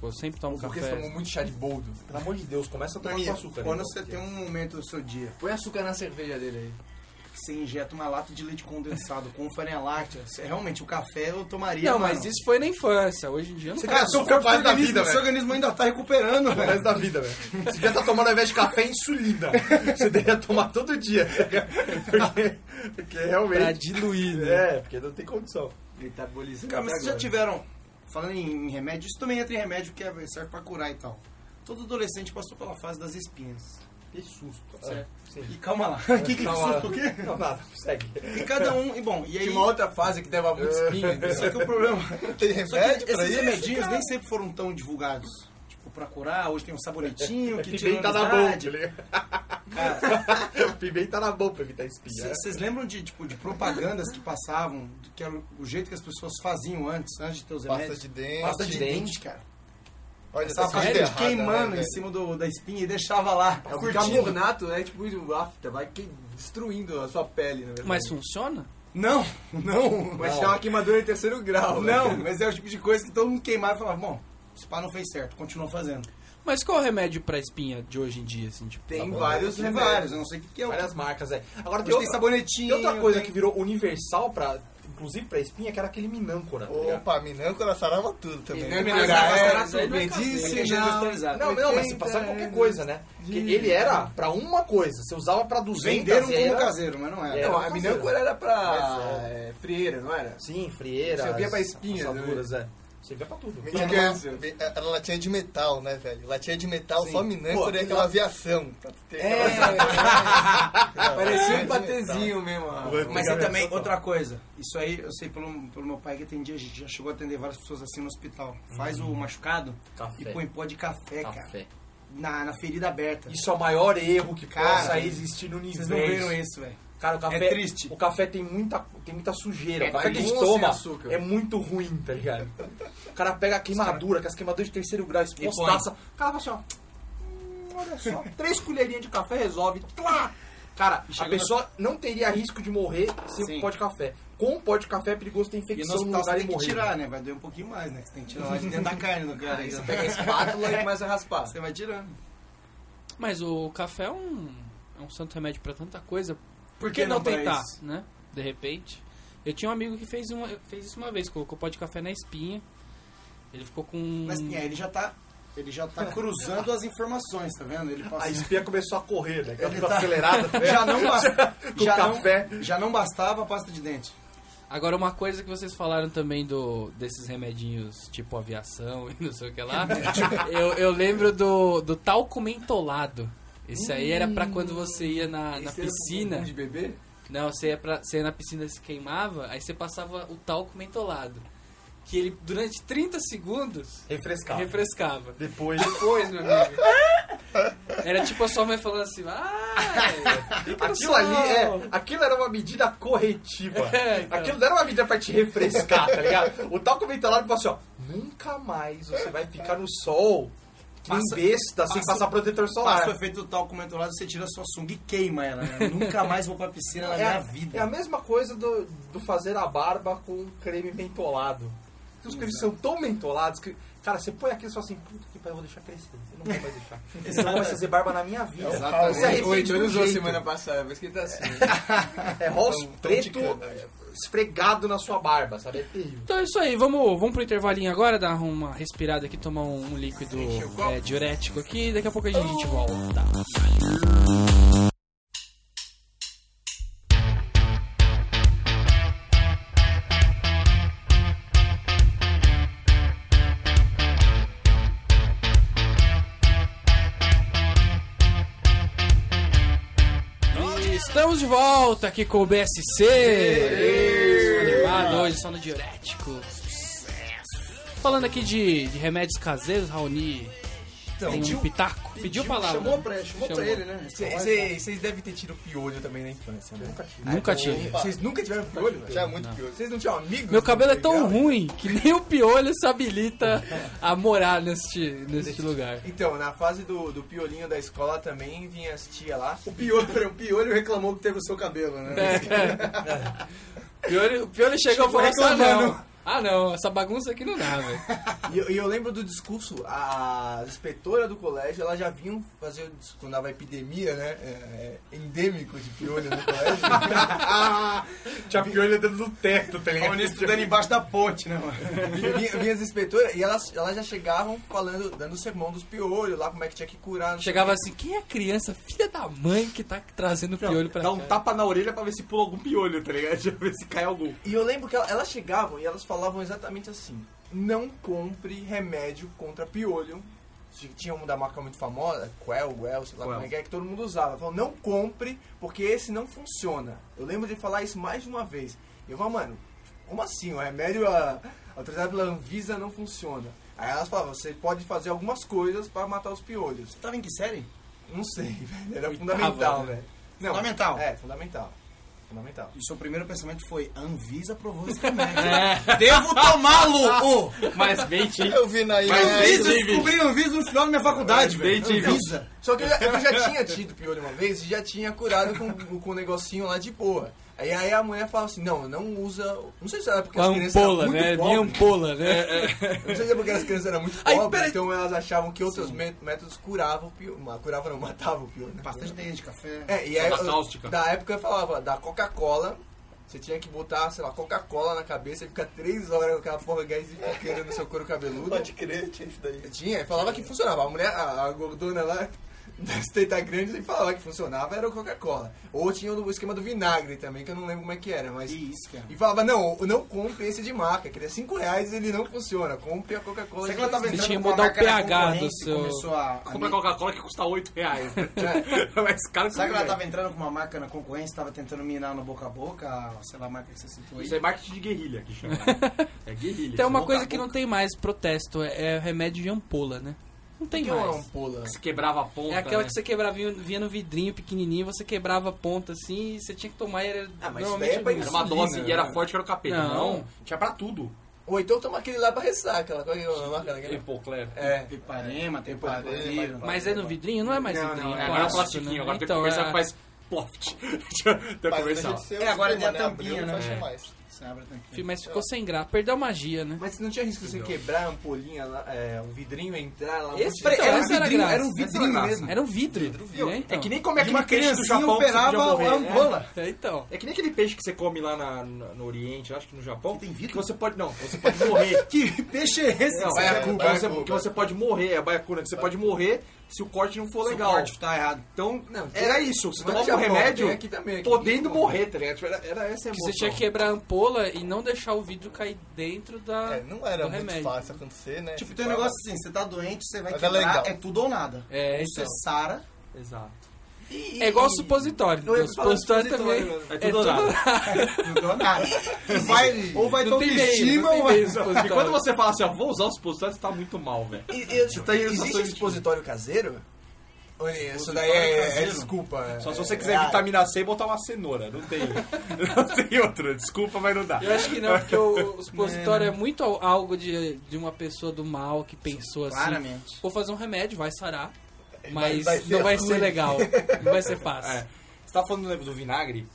Eu sempre tomo
Porque
café...
você tomou muito chá de boldo.
Pelo amor de Deus, começa a tomar com
Toninho,
açúcar.
quando
né?
você tem um momento do seu dia
Põe açúcar na cerveja dele aí.
que você injeta uma lata de leite condensado com farinha láctea, você- realmente o café eu tomaria.
Não,
mano.
mas isso foi na infância. Hoje em dia eu não
Você,
faço.
cara, seu corpo,
Capaz
seu
da
organismo,
vida,
seu
velho.
organismo ainda tá recuperando,
O
velho.
resto da vida, velho. Você devia estar tomando ao invés de café é insulina. Você devia tomar todo dia. tá ligado? Porque, porque
Pra
realmente.
diluir, né?
É, porque não tem condição.
tá Metabolizando.
Cara, mas vocês já tiveram, falando em remédio, isso também entra em remédio que é- serve pra curar e tal. Todo adolescente passou pela fase das espinhas.
Que susto.
Certo.
Ah, sim.
E calma lá. que que
Calma lá.
susto, o quê?
Não, nada, segue.
E cada um, e bom, e aí...
Tinha uma outra fase que dava muito espinho.
Só que o problema...
Tem
Só que
remédio pra
esses
isso?
remedinhos nem sempre foram tão divulgados. Tipo, pra curar, hoje tem um sabonetinho que tira
Pimenta
a
na boca,
amizade.
tá ligado? Pimenta na boca pra evitar espinha.
Vocês lembram de, tipo, de propagandas que passavam, do que era o o jeito que as pessoas faziam antes, antes de ter os
Pasta
remédios?
de dente.
Pasta de,
de
dente,
dente.
cara.
Olha,
Essa
tá
pasta
tudo
de
errado,
queimando
né,
em
velho?
cima do, da espinha e deixava lá.
É o
Tá curtindo.
bicarbonato, né? Tipo, o afta, vai que- destruindo a sua pele, na verdade.
Mas funciona?
Não, não.
Mas isso é uma queimadura em terceiro grau.
Não,
né?
mas é o tipo de coisa que todo mundo queimava e falava, bom, esse pá não fez certo, continua fazendo.
Mas qual é o remédio pra espinha de hoje em dia, assim, tipo?
Tem
Tá bom.
vários
Tem
remédios.
vários, eu não sei o que, que é. o-
Várias marcas, é. Agora tem
Hoje tem
outra,
sabonetinho. né?
tem outra coisa
tem-
que virou universal pra. Inclusive pra espinha, que era aquele minâncora. tá ligado?
Opa, Minâncora sarava tudo também. né?
Não é
melhorar,
melhorar,
mas aí não é
Tem que
Medicinal.
ser industrializado.
Não, não, mas você passava qualquer coisa, né? Porque ele era pra uma coisa, você usava pra 200
Venderam como
era-
caseiro, mas não era.
Era
Não, a
caseiro.
minâncora era pra
Mas
é, frieira, não era?
Sim, frieira.
Servia pra espinha,
né?
assaduras, é. Servia pra tudo.
Tinha
Tinha
uma-
câncer.
Era latinha de metal, né, velho? Latinha de metal,
Sim.
só Minâncora
Pô,
e aquela aviação. pra ter
É.
aquela-
Parecia
é,
um patezinho mesmo. ó.
é, Mas
é
e também, outra coisa, isso aí eu sei pelo, pelo meu pai que atendia, a gente já chegou a atender várias pessoas assim no hospital. Faz o machucado
Uhum. Café.
e põe pó de café, cara,
Café.
na, na ferida aberta.
Isso é o maior erro que
Cara,
possa existir no universo.
Vocês não viram isso, velho.
Cara, o café,
É triste.
O café tem muita, tem muita sujeira.
É
o café que a gente
bom sem
toma
açúcar.
é muito ruim, tá ligado? O cara pega a queimadura, que é as queimaduras de terceiro grau, espostaça. O cara fala assim, ó. "Hum, Olha só, três colherinhas de café resolve. Tlá! Cara, a
chega
pessoa não teria risco de morrer sem
Sim.
o pó de café. Com o pó de café é perigoso ter
E no
infecção no, lugar
hospital
Ah,
você
e
tem que
morrer.
tirar, né? Vai doer um pouquinho mais, né? Você tem que tirar lá de dentro da carne do
é
cara.
Aí você
ainda.
pega a espátula e começa a raspar.
Você vai tirando.
Mas o café é um, é um santo remédio pra tanta coisa. Por
Por
que,
que
não,
não pra
tentar,
isso?
né? De repente. Eu tinha um amigo que fez, uma, fez isso uma vez, colocou pó de café na espinha. Ele ficou com...
Mas
Hum.
Pinha, ele já tá. Ele já tá cruzando as informações, tá vendo? Ele
A
passa.
espinha começou a correr, né? Ela
Ele
ficou
tá-
acelerada. tá ligado?
Já não, basta,
Com
já,
café.
não, já não bastava a pasta de dente.
Agora, uma coisa que vocês falaram também do desses remedinhos tipo aviação e não sei o que lá. eu, eu lembro do, do talco mentolado. Isso aí era pra quando você ia na,
Esse era
na
o bumbum
piscina.
De bebê?
Não, Né, você ia, pra, você ia na piscina e se queimava, aí você passava o talco mentolado. Que ele, durante 30 segundos,
Refrescar.
refrescava.
Depois.
Depois, meu amigo. Era tipo a sua mãe falando assim, ah, fica no
Aquilo ali é,
sol."
aquilo era uma medida corretiva.
É, então.
Aquilo não era uma medida pra te refrescar, tá ligado? O tal comentário falou assim, ó, nunca mais você vai ficar no sol que nem
Passa-
besta sem
passa-
passar protetor solar.
Passa o efeito do talco mentolado, você tira a sua sunga e queima ela. Né? Nunca mais vou pra piscina na
é,
minha
a,
vida.
é a mesma coisa do, do fazer a barba com creme mentolado. Porque Os
né?
cremes são tão mentolados que, cara, você põe aquilo e fala assim, puta que pariu, eu vou deixar crescer. Eu não vou mais deixar. Eu não vou mais fazer barba na minha
É um
vida.
Tá,
Exatamente.
Você
O
arrepende
Heitor
do
usou
jeito.
semana passada, mas que tá assim.
É
um
rosto
Tão- tão de
preto
cana.
é, esfregado na sua barba, sabe? É terrível.
Então é isso aí, vamos, vamos pro intervalinho agora, dar uma respirada aqui, tomar um, um líquido é, diurético aqui, daqui a pouco a gente, a gente volta. Estamos de volta aqui com o BSC. Animado hoje, só no diurético. Falando aqui de, de remédios caseiros, Raoni
Então,
tem um pitaco. Pediu, a palavra.
Chamou
né?
pra, chamou pra
Chamou.
é
ele, né?
Vocês devem ter tido piolho também na infância, né?
Nunca tive.
Opa,
Vocês nunca tiveram piolho? velho?
Já é muito pior.
Vocês não tinham amigos?
Meu cabelo é
Tá
tão
ligado?
ruim que nem o piolho se habilita a morar neste, neste lugar.
Então, na fase do, do piolinho da escola também vinha as tia lá.
O piolho, o piolho reclamou que teve o seu cabelo, né?
É.
O piolho, o piolho chegou e falou assim, ah não, ah não, essa bagunça aqui não dá, velho.
E eu, e eu lembro do discurso, a inspetora do colégio, elas já vinham fazer, o dis- quando dava epidemia, né? é, é, endêmico de piolho no colégio.
Tinha piolho é dentro do teto, tá
O Nisso estudando embaixo da ponte, né, mano?
vinha, vinha as inspetoras e elas, elas já chegavam falando, dando sermão dos piolhos lá, como é que tinha que curar. não sei
Chegava assim, quem é a criança, filha da mãe, que tá trazendo o piolho pra
Dá um
cá?
tapa na orelha pra ver se pula algum piolho, tá ligado? Deixa eu ver se cai algum.
E eu lembro que ela- elas chegavam e elas falavam exatamente assim: não compre remédio contra piolho. T- Tinha um da marca muito famosa, Quell, Well, sei lá
Quell.
como é que é, que todo mundo usava. Falou, não compre, porque esse não funciona. Eu lembro de falar isso mais de uma vez. E eu falo, mano, como assim? O remédio ah, autorizado pela Anvisa não funciona. Aí elas falavam, você pode fazer algumas coisas para matar os piolhos.
Tava em que série?
Não sei, velho. Era fundamental,
né?
velho. Não,
Fundamental.
É, fundamental. Fundamental.
E seu primeiro pensamento foi, a Anvisa aprovou esse remédio. Devo tomá-lo!
Mas bem, tinha.
Eu vi na
Mas
imagem.
Anvisa, eu descobri a Anvisa no final da minha faculdade,
Mas bem,
velho.
tive.
Anvisa.
Só que eu, já- eu já tinha tido piolho uma vez e já tinha curado com, com um negocinho lá de boa. Aí, aí a mulher fala assim, não, não usa... Não sei se era porque
Com a
as crianças eram
ampola,
muito
É um né? Vinha
pobres.
ampola, né?
Não sei se é porque as crianças eram muito
Ai,
pobres,
peraí.
então elas achavam que outros mé- métodos curavam o piolho. ma- Curavam não, matavam o piolho. né?
Pasta de dente, café.
É, e aí,
Da
eu-
cáustica.
da época eu falava da Coca-Cola, você tinha que botar, sei lá, Coca-Cola na cabeça e ficar três horas com aquela porra gás ficando no seu couro cabeludo.
Pode crer, tinha isso daí.
Tinha, falava que funcionava. A mulher, a, a gordona lá das tetas grandes, ele falava que funcionava, era o Coca-Cola. Ou tinha o esquema do vinagre também, que eu não lembro como é que era, mas...
Que isso, cara.
E falava, não, não compre esse de marca, que ele é 5 reais e ele não funciona, compre a Coca-Cola.
Será que
de
ela tava
Você
entrando
tinha que
com uma
mudar o
marca na
pH do
concorrência e
seu-
Começou a... a
Compra
me-
Coca-Cola que custa 8 reais.
É.
É mais caro que
Será que ela
tudo,
tava entrando com uma marca na concorrência, tava tentando minar no boca a boca, a- sei lá, a marca que você citou
velho.
aí?
Isso é marketing de guerrilha que chama. né? É guerrilha.
Tem Então uma
Você
coisa
monta
que
a
não
boca,
tem mais protesto, é, é remédio de ampola, né? Não tem
Que é uma
mais.
ampola.
que se quebrava a ponta.
É aquela
né?
que você quebrava, vinha, vinha no vidrinho pequenininho, você quebrava a ponta assim e você tinha que tomar e era
Ah, mas isso daí
normalmente
é pra
Era
luz.
uma dose
Insulina,
e era
né?
forte que era o capeta.
Não.
Não. tinha pra tudo.
Ou então toma aquele lá pra ressaca, lá, qual é a marca daquele?
Epocler.
É.
Ipanema, tem
Ipanema,
Padeiro.
Mas é no vidrinho? Não é mais
Não, não,
vidrinho.
é
é
agora é
plástico,
plastiquinho,
né?
agora tem que
Então,
conversar
é-
que faz ploft. Deixa eu- Tem que conversar.
Parecia
É,
um
agora
cinema,
tem a
né? Abriu,
tampinha,
não
né?
fecha
É.
mais.
Você abre tá tranquilo.
Mas ficou sem graça. Perdeu a magia, né?
Mas não tinha risco de você quebrar a ampolinha lá, é, um vidrinho entrar lá? um
Esse
monte de-
então,
era um
essa era a
vidrinho,
graça.
era um vidrinho
Essa é a
mesmo.
Era um vidro. né? Então.
É que nem como é
E
que
uma
do
criancinha
Japão que você
operava
podia morrer,
a
né?
ampola.
É, então.
É que nem aquele peixe que você come lá na- na- no Oriente, acho que no Japão.
Que tem vidro?
Que você pode. Não, você pode morrer.
Que peixe é esse?
Não,
que você
baiacu,
que
baiacu,
você-
baiacu.
que você pode morrer, é baiacuna, que você pode morrer se o corte não for
Seu
legal.
corte tá errado.
Então,
Não,
É
era
tem-
isso. Você
mas
tomava um
Japão,
remédio
tem aqui também, aqui
podendo
tem-
morrer, tá ligado? Tipo, Era, era essa a
Que você
emoção.
tinha que quebrar a ampola e não deixar o vidro cair dentro da.
É, não era
do
muito
remédio.
fácil acontecer, né?
Tipo,
Você
tem um
fala,
negócio assim, você tá doente, você vai
Mas é
quebrar,
legal.
é, tudo ou nada.
É,
Ou
então.
Você sara.
Exato.
É igual o supositório.
Eu ia
O
falar de
supositório também.
supositório, né?
É tudo ou nada.
Tudo ou nada. Vai, ou vai
Não
tua
tem meio,
autoestima
não tem
ou
é
vai...
meio supositório.
E quando você fala assim, ó, vou usar os postos, você tá muito mal, velho.
E- e-
tá aí
existe tipo
ilustrações de-
expositório caseiro? Olha, isso daí
Expositório
é, é
caseiro?
desculpa.
Só se
é-
você quiser
Ah.
é-
vitamina C e botar uma cenoura. Não tem. não tem outra. Desculpa, mas não dá.
Eu acho que não, porque o, o supositório é muito al- algo de, de uma pessoa do mal que pensou assim.
Claramente.
Vou fazer um remédio, vai sarar. Mas
vai ser
não vai
ruim.
ser legal. Não vai ser fácil.
É, você tava falando do vinagre?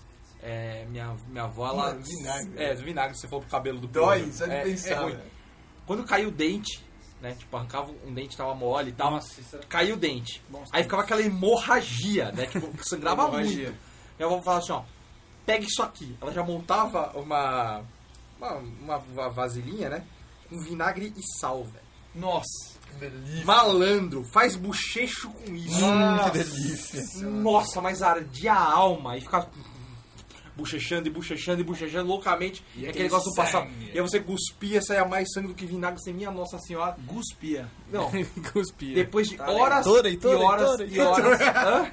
É, minha, minha avó, ela.
Vinagre.
É, do vinagre, você falou pro cabelo do
Dói,
piolho.
só de
é,
pensar,
é ruim.
velho.
Quando caiu o dente, né? Tipo, arrancava um dente, tava mole e tal. Caiu o dente. Aí ficava aquela hemorragia, né? Tipo, que sangrava
Hemorragia.
muito. Minha avó falava assim, ó, pega isso aqui. Ela já montava uma. Uma, uma va- vasilhinha, né? Com vinagre e sal, velho.
Nossa.
Que delícia.
Malandro, faz bochecho com isso.
Hum, que delícia.
Nossa, mas ardia a alma e ficava bochechando e bochechando e bochechando loucamente. E é aquele
aquele
negócio não passava.
sangue.
E aí você cuspia, saia mais sangue do que vinagre sem minha Nossa Senhora.
Guspia.
Não,
Cuspia.
depois de horas
Heitor, Heitor,
e horas
Heitor,
e horas. Hã?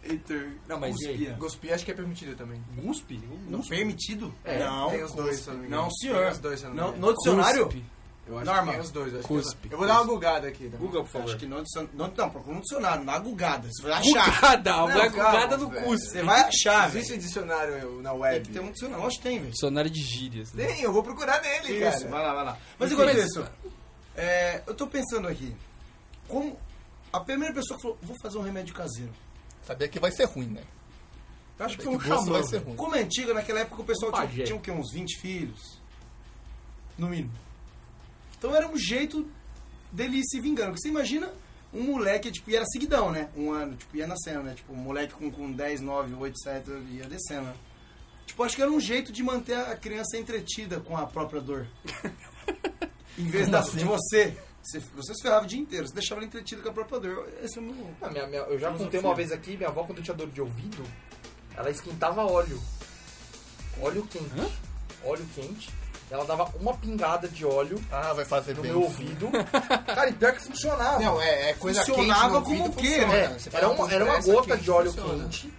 Eiter.
Não, mas e aí?
Guspia.
Gospir acho que é permitido também.
Guspe?
Não permitido?
É,
não.
tem os dois, se eu não me engano.
Não, senhor.
Tem os dois, se eu não me
Não,
engano.
no dicionário?
Eu acho
Norma.
que tem os dois. eu acho
Cuspe,
que- Eu vou dar uma bugada aqui. Né?
Google, por favor.
Acho que no dicionário. Não, não, procura no dicionário, na gugada. Você vai achar.
Cugada, o
Não,
Black
calma,
Cugada no
velho.
cuspe.
Você vai achar, velho.
Existe dicionário na
Tem
web.
que ter um dicionário. Acho que tem, velho.
Dicionário de gírias. né?
Tem, eu vou procurar nele,
Isso,
cara.
vai lá, vai lá. Mas
Enfim,
enquanto
mas-
isso, é, eu tô pensando aqui, como a primeira pessoa que falou, vou fazer um remédio caseiro.
Sabia que vai ser ruim, né?
Eu acho que
É
foi um
que gosto
xamã.
vai ser ruim.
Como é antiga, naquela época o pessoal
Um
tinha,
pajé.
tinha o quê? Uns 20 filhos? No mínimo. Então era um jeito dele ir se vingando. Porque você imagina um moleque, tipo, e era seguidão, né? Um ano, tipo, ia nascendo, né? Tipo, um moleque com, com 10, 9, 8, 7, ia descendo, né? Tipo, acho que era um jeito de manter a criança entretida com a própria dor. em vez da, de você. Você, você se ferrava o dia inteiro, você deixava ela entretida com a própria dor. Esse é o meu.
Ah, minha- minha- eu já contei uma vez aqui, minha avó, quando tinha dor de ouvido, ela esquentava óleo. Óleo quente. Óleo quente. Ela dava uma pingada de óleo tá?
Ah, vai fazer
no
bem.
meu
sim.
ouvido. Cara, e pior que funcionava.
Não, é, é coisa quente.
Funcionava
no
como
ouvido,
o quê,
funciona.
É,
Você
era
fala,
um,
uma,
"Pô,
era uma
essa
gota
quente
de óleo
funciona."
quente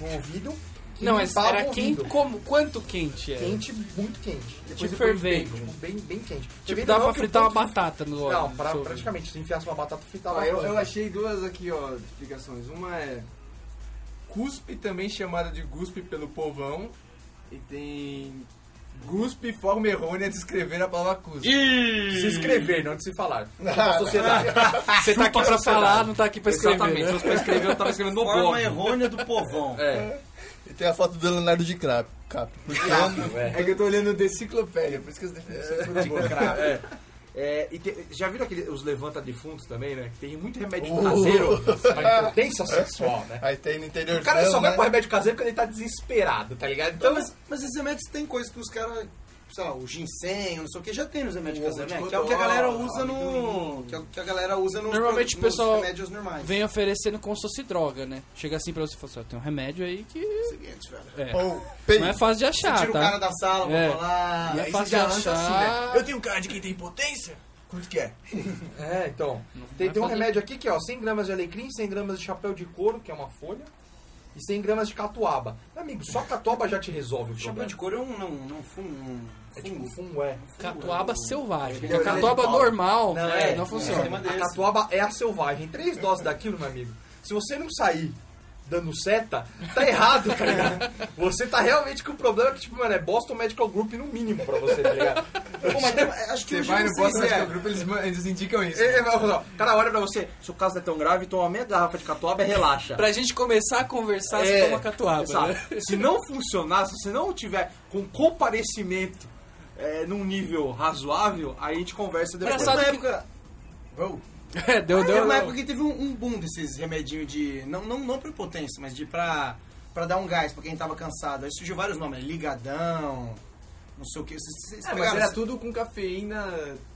no ouvido. que
Não, mas
limpava o
era
ouvido.
quente. Como? Quanto quente é?
Quente, muito quente. Depois
Tipo
eu comi bem,
fervente.
Tipo, bem, bem quente.
Tipo,
é
Fervente
dá
não,
pra
que o
fritar uma
ponto-
batata no óleo.
Não, pra-
sobre.
praticamente, se enfiasse uma batata, fritava.
Ó, eu, eu
toda.
achei duas aqui, ó, explicações. Uma é cuspe, também chamada de guspe pelo povão, e tem guspe, forma errônea de escrever a palavra cuspe.
Se inscrever, não de se falar.
Ah,
Sociedade.
Você tá aqui pra falar, não tá aqui pra escrever.
Exatamente, se
né?
fosse pra escrever, eu tava escrevendo no
Forma
blog.
errônea do povão.
É,
E tem a foto do Leonardo de Crap. Cap. Porque
é.
É que eu tô olhando de enciclopédia, por isso que as definições foram boas.
É. É, e te- já viram aquele, os levanta-defuntos também, né? Que tem muito remédio
Uh.
caseiro pra impotência sexual, né?
aí tem no interior.
O cara só
né?
vai pro remédio caseiro quando ele tá desesperado, tá ligado?
Então,
Então,
mas, mas esses remédios tem coisa que os caras, sei lá, o ginseng, não sei o que, já tem nos remédios
O ovo
caseiros,
de
né? Que é o que a
codorna,
galera usa no...
amendoim.
Que é o que a galera usa nos,
Normalmente
pro-
o
nos
pessoal
remédios normais.
Vem oferecendo como se fosse droga, né? Chega assim pra você e fala assim, ó, tem um remédio aí que...
Seguinte, velho.
É.
né? Ou
Não é
peito.
fácil de
Você
achar,
tira o cara
tá?
da sala,
É.
vou falar...
E
E
é
aí
fácil
você já
de
lança assim,
achar.
né? Eu tenho cara de quem tem potência? Quanto que é?
é, então.
vai
Tem, tem um
fazer-
remédio aqui que é ó, 100 gramas de alecrim, 100 gramas de chapéu de couro, que é uma folha, e 100 gramas de catuaba. Meu amigo, só catuaba já te resolve o
Chapéu
problema.
de couro é um, não, não, fumo, um
É
fungo.
tipo fungo, é.
Catuaba selvagem.
É,
Catuaba
é de pau.
normal,
Não,
é,
é,
não
é.
funciona.
Uma
A
desse.
catuaba é a selvagem. Três doses daquilo, meu amigo. Se você não sair dando seta, tá errado, tá ligado? Você tá realmente com o problema que, tipo, mano, é Boston Medical Group no mínimo pra você, tá ligado?
Pô, mas tem- é, acho que
Você
hoje
vai
eu
no
não sei
Boston
se é.
Medical Group, eles, man- eles indicam isso. É,
Ele- ele vai falar, ó, O cara olha pra você, se o caso não é tão grave, toma meia garrafa de catuaba e relaxa.
Pra gente começar a conversar,
É,
você toma catuaba,
sabe?
né?
Se não funcionar, se você não tiver com comparecimento é, num nível razoável, aí a gente conversa depois.
Engraçado
Teve
que-
uma época... Uou.
É, deu,
Teve
deu.
uma época que teve um, um boom desses remedinhos de. Não, não, não pra impotência, mas de pra, pra dar um gás pra quem tava cansado. Aí surgiu vários nomes, né? ligadão, não sei o que. Vocês, vocês
É, mas
pegaram
era
esse-
tudo com cafeína.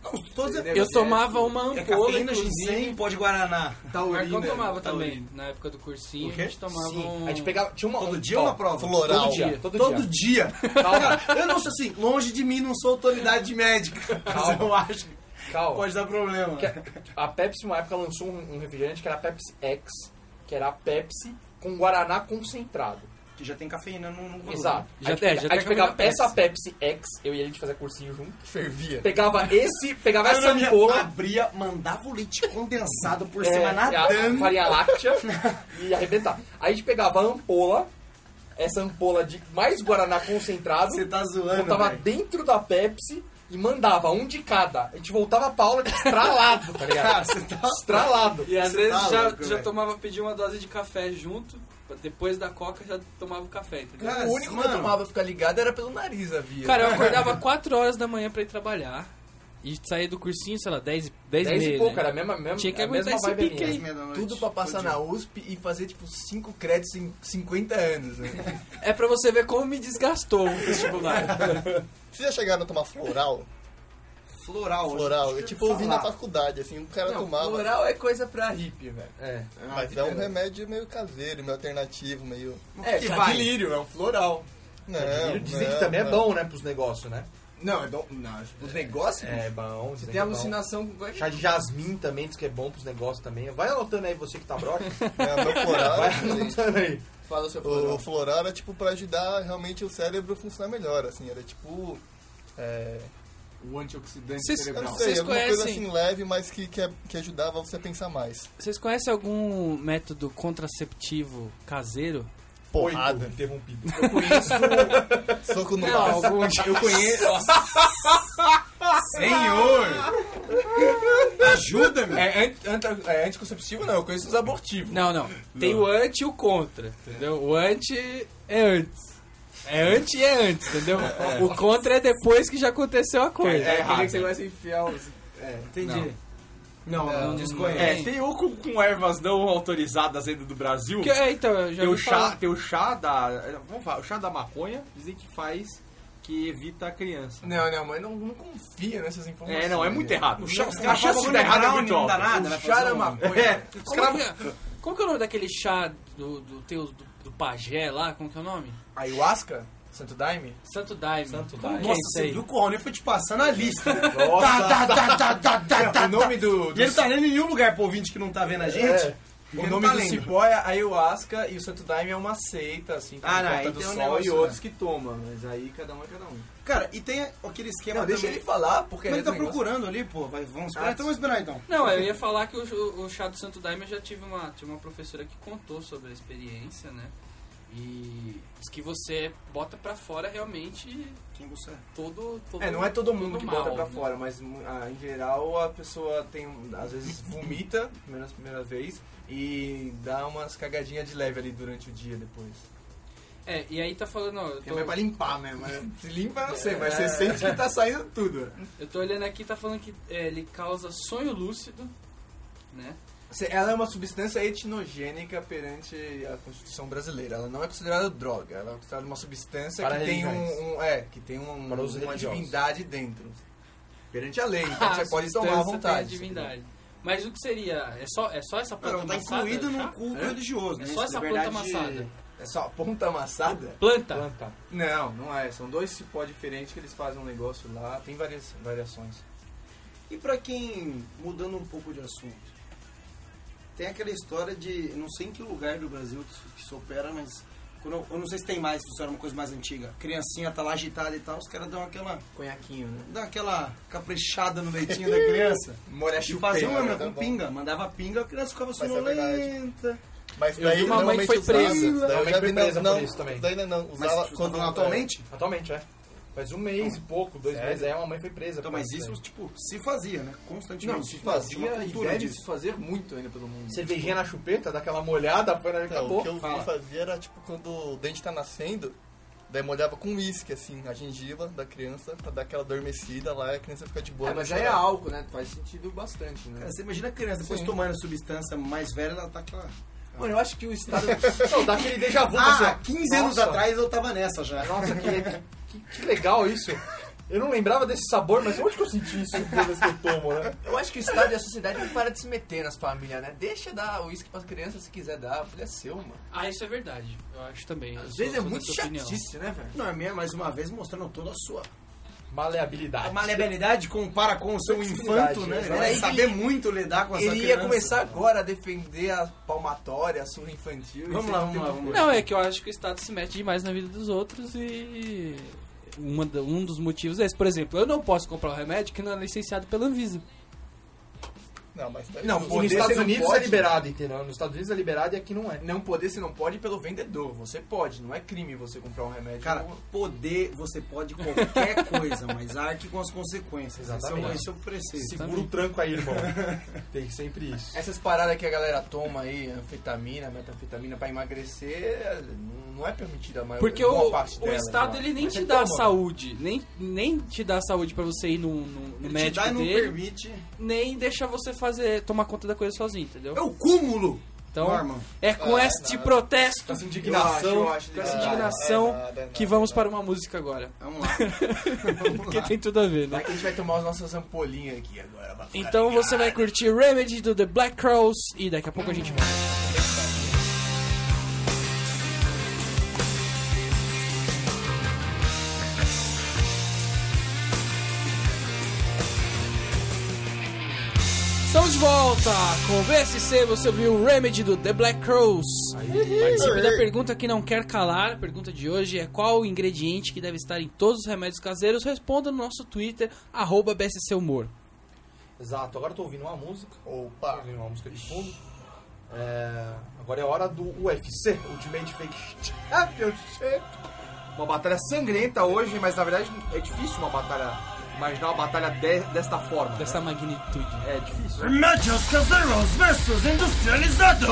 Não, todos é-
Eu tomava uma
é
ampola,
cafeína,
inclusive.
ginseng, pó de guaraná.
O Marcão
taurina.
tomava
taurina.
também, na época do cursinho,
O
a
quê?
gente tomava
Sim,
um...
a gente pegava. Tinha uma,
Todo dia é
ó,
uma prova.
Floral.
Todo dia, é todo,
Todo
dia.
dia.
Calma,
Eu não sou assim, longe de mim, não sou autoridade médica. Mas
Calma.
eu acho que
calma.
pode dar problema.
Que a- A Pepsi, uma época, lançou um, um refrigerante que era a Pepsi X, que era a Pepsi com Guaraná concentrado.
Que já tem cafeína no, no
Exato.
Já
a gente,
tem,
pega-
já
a
tem
gente
a
pegava
Pepsi.
essa Pepsi X, eu e a gente fazia cursinho junto.
Fervia.
Pegava esse, pegava
Aí
essa
essa
ampola.
abria, mandava o leite condensado por
é,
cima
a
nadando.
farinha láctea e arrebentar. Aí a gente pegava a ampola, essa ampola de mais Guaraná concentrado,
Você tá zoando,
botava
velho.
dentro da Pepsi e mandava um de cada. A gente voltava pra aula estralado, tá
Cara,
ligado?
você tá...
Estralado.
E às vezes
tá
já,
louco,
já
velho.
tomava, pedia uma dose de café junto, depois da coca já tomava o café, entendeu?
Cara,
O único que eu
mano.
tomava pra ficar ligado era pelo nariz, havia.
Cara, eu acordava 4 horas da manhã pra ir trabalhar. E saía do cursinho, sei lá, 10, 10,
10
meia,
e pouco,
né?
era a mesma, mesma,
É
Tinha que
a mesma
aguentar esse
vibe
pique
é
minha.
aí.
Tudo pra passar na USP e fazer tipo 5 créditos em 50 anos. Né?
É pra você ver como me desgastou o vestibular.
Vocês já chegaram a tomar floral?
Floral.
Floral.
é
hoje.
Eu, tipo, ouvi na
Falar.
faculdade, assim, o cara
Não,
tomava.
floral é coisa pra hippie, velho. Ah,
É.
Mas é um remédio meio caseiro, meio alternativo, meio.
O que
É,
que
que
vai?
é um floral.
Não,
Dizem que
não,
também é
não.
bom, né, pros negócios, né?
Não, é bom. Não, os negócios.
É bom.
Se
dizem
tem
que é bom.
alucinação, vai
Chá de jasmim também, diz que é bom pros negócios também. Vai anotando aí você que tá broxa.
É, meu
Vai
floral, assim,
anotando aí.
falar o seu
o
plano.
floral era tipo pra ajudar realmente o cérebro a funcionar melhor, assim, era tipo. É,
O antioxidante
Vocês-
eu
cerebral.
não sei,
Vocês
alguma coisa
conhecem-
assim leve, mas que, que, que ajudava você a pensar mais.
Vocês conhecem algum método contraceptivo caseiro?
Porrada.
Oito, Interrompido.
Soco no
Não,
braço.
algum...
Eu conheço. Senhor! Ajuda-me!
É, anti- anti- é anticonceptivo não, eu conheço os abortivos.
não, não. Tem o anti e o contra, entendeu? O anti é antes. É anti e é antes, entendeu? O contra é depois que já aconteceu a coisa.
É, aquele que você vai se enfiar os... É.
Entendi.
Não,
um
não, desconheço.
É, tem o com, com ervas não autorizadas ainda do Brasil.
Que- é, então, eu já
Tem o
ouvi
chá,
falar.
tem o chá da. Vamos falar, o chá da maconha dizem que faz. que evita a criança.
Não, não, mas não, não confia nessas informações.
É, não, é muito errado.
chá-
a
os caras
chance de
falam
dar errado é
brownie,
muito
não dá
alta.
nada,
O
né?
chá da
Fazer um-
maconha. É.
Como, que, como que é o nome daquele chá do, do, teu- do, do pajé lá? Como que é o nome?
Ayahuasca? Santo Daime?
Santo Daime. é Santo Daime.
Nossa, você viu que o Raoni foi te passando a lista.
Nossa.
Tá, tá, tá, tá, tá, tá, tá,
o nome do...
E
do
ele tá lendo em nenhum lugar pro ouvinte que não tá vendo a gente.
É.
o
Ele não
nome
tá
do
lendo.
cipó é Ayahuasca e o Santo Daime é uma seita, assim, que
Ah, não,
é
aí
do
tem um
sol e
negócio,
outros.
né?
outros que toma, mas aí cada um é cada um.
Cara, e tem aquele esquema
Não, deixa
também.
ele falar, porque
Mas ele
é do
tá
negócio.
procurando ali, pô. Vai, vamos esperar.
Ah,
então vamos esperar então.
Não, eu ia falar que o, o- o chá do Santo Daime eu já tive uma, tive uma professora que contou sobre a experiência, né? E diz que você bota pra fora realmente
Quem você é?
todo. todo
É, não é todo mundo que
mal,
bota pra
né?
fora, mas mu- ah, em geral a pessoa tem, um- às vezes vomita primeira, primeira vez e dá umas cagadinhas de leve ali durante o dia depois.
É, e aí tá falando, ó, eu
É mais pra
tô,
limpar mesmo, né? É.
Se limpa, eu não sei, mas você sente que tá saindo tudo.
eu tô olhando aqui, tá falando que é, ele causa sonho lúcido, né?
Você- Ela é uma substância etnogênica perante a Constituição brasileira. Ela não é considerada droga, ela é considerada uma substância
Para
que tem,
religiões.
um, um- é, que tem um-
Para uso
uma
religioso.
divindade dentro. Perante a lei, então
Ah,
você
a
pode
substância
tomar à
tem a
vontade.
divindade. Mas o que seria? É só, é só essa planta
Não, tá
amassada?
incluído
chá?
no culto religioso, né?
É só essa planta
verdade,
amassada.
É só a ponta amassada?
Planta?
Planta.
Não, não é. São dois cipó diferentes que eles fazem um negócio lá. Tem várias variações.
E pra quem, mudando um pouco de assunto, tem aquela história de, eu não sei em que lugar do Brasil que isso, que isso opera, mas quando eu, eu não sei se tem mais, se isso era uma coisa mais antiga. Criancinha tá lá agitada e tal, os caras dão aquela,
Conhaquinho, né?
dão aquela caprichada no leitinho da criança.
Mora
E faziam uma né?
tá
com
bom.
pinga, mandava pinga, a criança ficava
é verdade.
sonolenta.
Mas
Eu vi
daí
uma mãe que
normalmente
foi
usava.
presa.
Daí
Minha
eu
mãe
já
foi
vi não,
presa
não,
por isso também.
Daí não, não.
Mas
Usava
você tá
quando
falando atualmente?
Atualmente, é. Faz um mês e pouco, dois
Sério?
meses. Aí uma mãe foi presa.
Então,
por
mas isso,
daí.
tipo, se fazia, né? Constantemente.
Não, se
Tinha
fazia
uma
e
cultura
deve
disso.
se fazer muito ainda pelo mundo. Tipo,
Cervejinha na chupeta, dá aquela molhada, põe na
Então,
acabou.
o que eu
Fala.
fazia era tipo quando o dente tá nascendo, daí molhava com uísque, assim, a gengiva da criança, pra dar aquela adormecida lá e a criança fica de
É,
boa. não
mas já é
chorar.
álcool, né? Faz sentido bastante, né?
Cara, É, você imagina a criança, depois
Sim.
tomando a substância mais velha, ela tá aquela...
Mano, eu acho que o Estado...
Não, dá aquele déjà vu. assim,
Ah,
ó.
15 anos
Nossa,
atrás eu tava nessa já.
Nossa, que, que, que legal isso. Eu não lembrava desse sabor, mas onde que eu senti isso toda vez que eu tomo, né?
eu acho que o Estado e a sociedade não param de se meter nas famílias, né? Deixa dar uísque pras crianças se quiser dar. Filho é seu, mano.
Ah, isso é verdade. Eu acho também. Eu
Às
sou-
vezes é
sou
muito
dessa opinião.
chatice, né, velho?
Norminha, é mais uma vez, mostrando toda a sua.
Maleabilidade.
A maleabilidade compara com o seu
Flexibilidade,
infanto, né?
né?
Ele vai saber muito lidar com essa
Ele ia
criança.
começar agora a defender a palmatória, a surra infantil.
Vamos lá, vamos lá,
né?
vamos lá.
Não, é que eu acho que o Estado se mete demais na vida dos outros e. Uma, da- um dos motivos é esse. Por exemplo, eu não posso comprar o remédio que não é licenciado pela Anvisa.
Não, mas daí.
Não,
eu-
E nos
poder
Estados
você não
Unidos é
pode.
liberado, entendeu? Nos Estados Unidos é liberado e aqui não é.
Não poder, você não pode pelo vendedor. Você pode, não é crime você comprar um remédio.
Cara,
Não-
poder, você pode qualquer coisa, mas arque com as consequências.
Exatamente.
Isso é o preciso.
Segura o tranco aí, irmão. Tem sempre isso.
essas paradas que a galera toma aí, anfetamina, metanfetamina, pra emagrecer, não- não é permitida a maior
Porque
boa
o,
parte
o
dela,
Estado
né?
ele nem
Mas
te
você
dá
toma.
saúde, nem, nem te dá saúde pra você ir no, no, no
Ele te
médico
dá e não
dele,
permite.
nem deixa você fazer tomar conta da coisa sozinho, entendeu?
É o cúmulo,
Então,
Norman.
é com
Ah,
este
não.
protesto,
Essa
Eu acho,
indignação.
eu acho.
com
liberado.
essa
Ah,
indignação
é nada, é nada,
que vamos
é
para uma música agora.
Vamos lá.
Porque tem tudo a ver, né?
Vai que a gente vai tomar as nossas ampolinhas aqui agora. vai ficar
Então você vai
ligado.
curtir Remedy do The Black Crows e daqui a pouco a gente vai.
Thank
de volta com o VSC, você ouviu o Remedy do The Black Crows. Participe da pergunta que não quer calar. A pergunta de hoje é qual o ingrediente que deve estar em todos os remédios caseiros? Responda no nosso Twitter, arroba BSC Humor.
Exato, agora eu tô ouvindo uma música. Tô
Opa.
ouvindo uma música de fundo. É, agora é hora do UFC, Ultimate Fake Championship. Uma batalha sangrenta hoje, mas na verdade é difícil uma batalha. Imaginar uma batalha de- desta forma. né?
Dessa magnitude.
É difícil.
Remédios caseiros versus industrializados.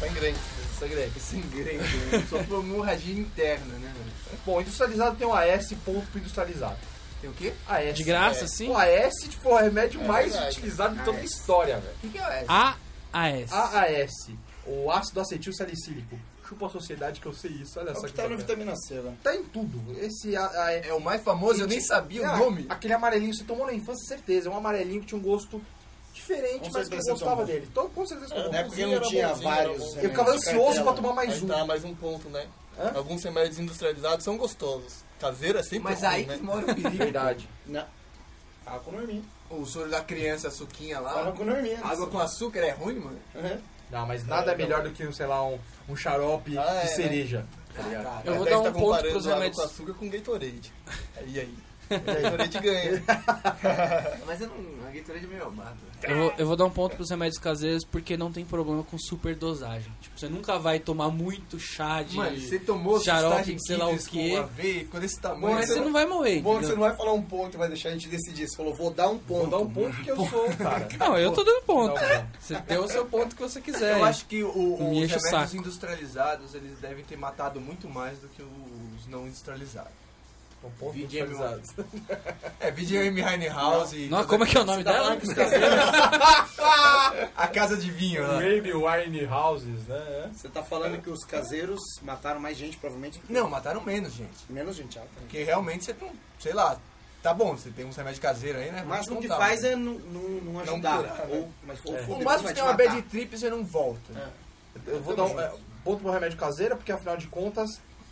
Sangrento. Sangrento.
Sangrento, né? Só por hemorragia interna, né, mano?
Bom, industrializado tem o AS, ponto pro industrializado.
Tem o quê?
AS.
De graça, sim?
O AS, tipo, é o remédio
É
mais
verdade.
utilizado de toda a história, velho.
O que, que é o S?
AAS.
AAS, o ácido acetil salicílico. Chupa a sociedade que eu sei isso, olha só.
o
que
que tá no
bacana.
vitamina C, velho.
Tá em tudo. Esse AAS.
É o mais famoso, eu nem sabia
Ah,
o nome.
Aquele amarelinho que você tomou na infância, certeza. É um amarelinho que tinha um gosto diferente,
Com
mas que eu
certeza
gostava
tomou. É,
dele. Todo, com certeza tomou.
Na época que não tinha vários.
Eu ficava ansioso pra tomar mais
né? Aí
um.
tá, mais um ponto, né?
Hã?
Alguns remédios industrializados são gostosos. Caseiro é sempre
Mas
ruim,
aí
né?
que mora o perigo.
Verdade.
Não. Tava com norminha.
o soro da criança, a suquinha
Tava
lá.
Tá com norminha.
Água com açúcar é ruim, mano?
Uhum.
Não, mas nada é melhor do que, sei lá, um, um xarope
Ah,
né?
de
é,
cereja. Tá ligado?
Eu vou
Daí
dar
você
um
tá
ponto
comparando
pros
água
remédios.
com açúcar com Gatorade. E aí? Gatorade ganha.
Mas eu não. A Gatorade é meio amada.
Eu vou, eu vou dar um ponto pros remédios caseiros porque não tem problema com superdosagem. Tipo, você nunca vai tomar muito chá de.
Mano, você tomou
Xarope,
sustagem
sei lá o
Kids com
quê.
aveia, ficou desse tamanho.
mas você
né?
não vai morrer.
Bom, que
entendeu?
você não vai falar um ponto e vai deixar a gente decidir. Você falou, vou dar um ponto.
Vou dar um ponto que eu sou, cara.
Não, eu tô dando ponto.
Não, não.
Você deu o seu ponto que você quiser.
Eu acho que o- os
É. Me enche o
remédios
saco.
industrializados eles devem ter matado muito mais do que os não industrializados.
Um ponto
VGM.
industrializado.
É, VGM House e. toda
Nossa, como é que é o nome dela?
A casa de
Um
vinho né? lá.
Maybe Wine Houses,
É.
né?
Você tá falando que os caseiros mataram mais gente, provavelmente.
Não, mataram menos, gente.
Menos gente alta. né?
Porque realmente você não. Sei lá, tá bom, você tem uns remédios caseiros aí, né?
Mas
não
o que
tá,
faz
mas-
é não, não, não ajudar.
curar, né?
ou, mas, ou,
O máximo que tem é uma bad trip e você não volta.
Eu vou dar um é, ponto pro remédio caseiro, porque afinal de contas,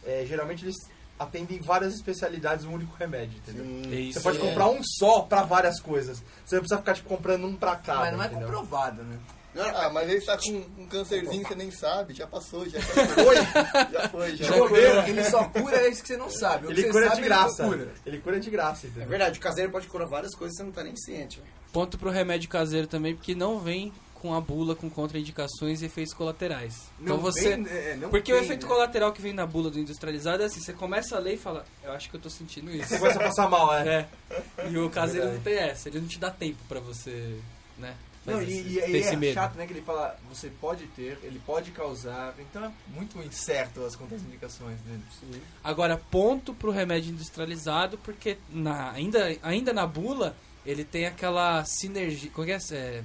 é, geralmente eles atendem várias especialidades um único remédio, entendeu? Você
é.
pode comprar um só pra várias coisas. Você não precisa ficar tipo, comprando um pra cada.
Mas não é
entendeu?
comprovado, né?
Ah, mas ele tá com um cancerzinho que você nem sabe, já passou, já foi. já foi, já,
Já
foi.
comeu.
Ele só cura esse que você não sabe. O que
Ele
você
cura
sabe,
de graça.
Ele
Ele
não
cura.
cura.
de graça, entendeu?
É verdade, o caseiro pode curar várias coisas e você não tá nem ciente. velho.
Ponto pro remédio caseiro também, porque não vem com a bula com contraindicações e efeitos colaterais. então
Não
você.
tem, é, não
porque o
tem,
efeito
né?
colateral que vem na bula do industrializado é assim, você começa a ler e fala, eu acho que eu tô sentindo isso.
Você começa a passar mal, é.
É. E o caseiro não tem essa, ele não te dá tempo pra você, né?
Não,
fazer
e,
esse-
e-
ter
e
esse
é
medo.
chato, né? Que ele fala, você pode ter, ele pode causar. Então é muito incerto as contraindicações dele.
Agora, ponto pro remédio industrializado, porque na- ainda, ainda na bula ele tem aquela sinergia. Como é que é? é?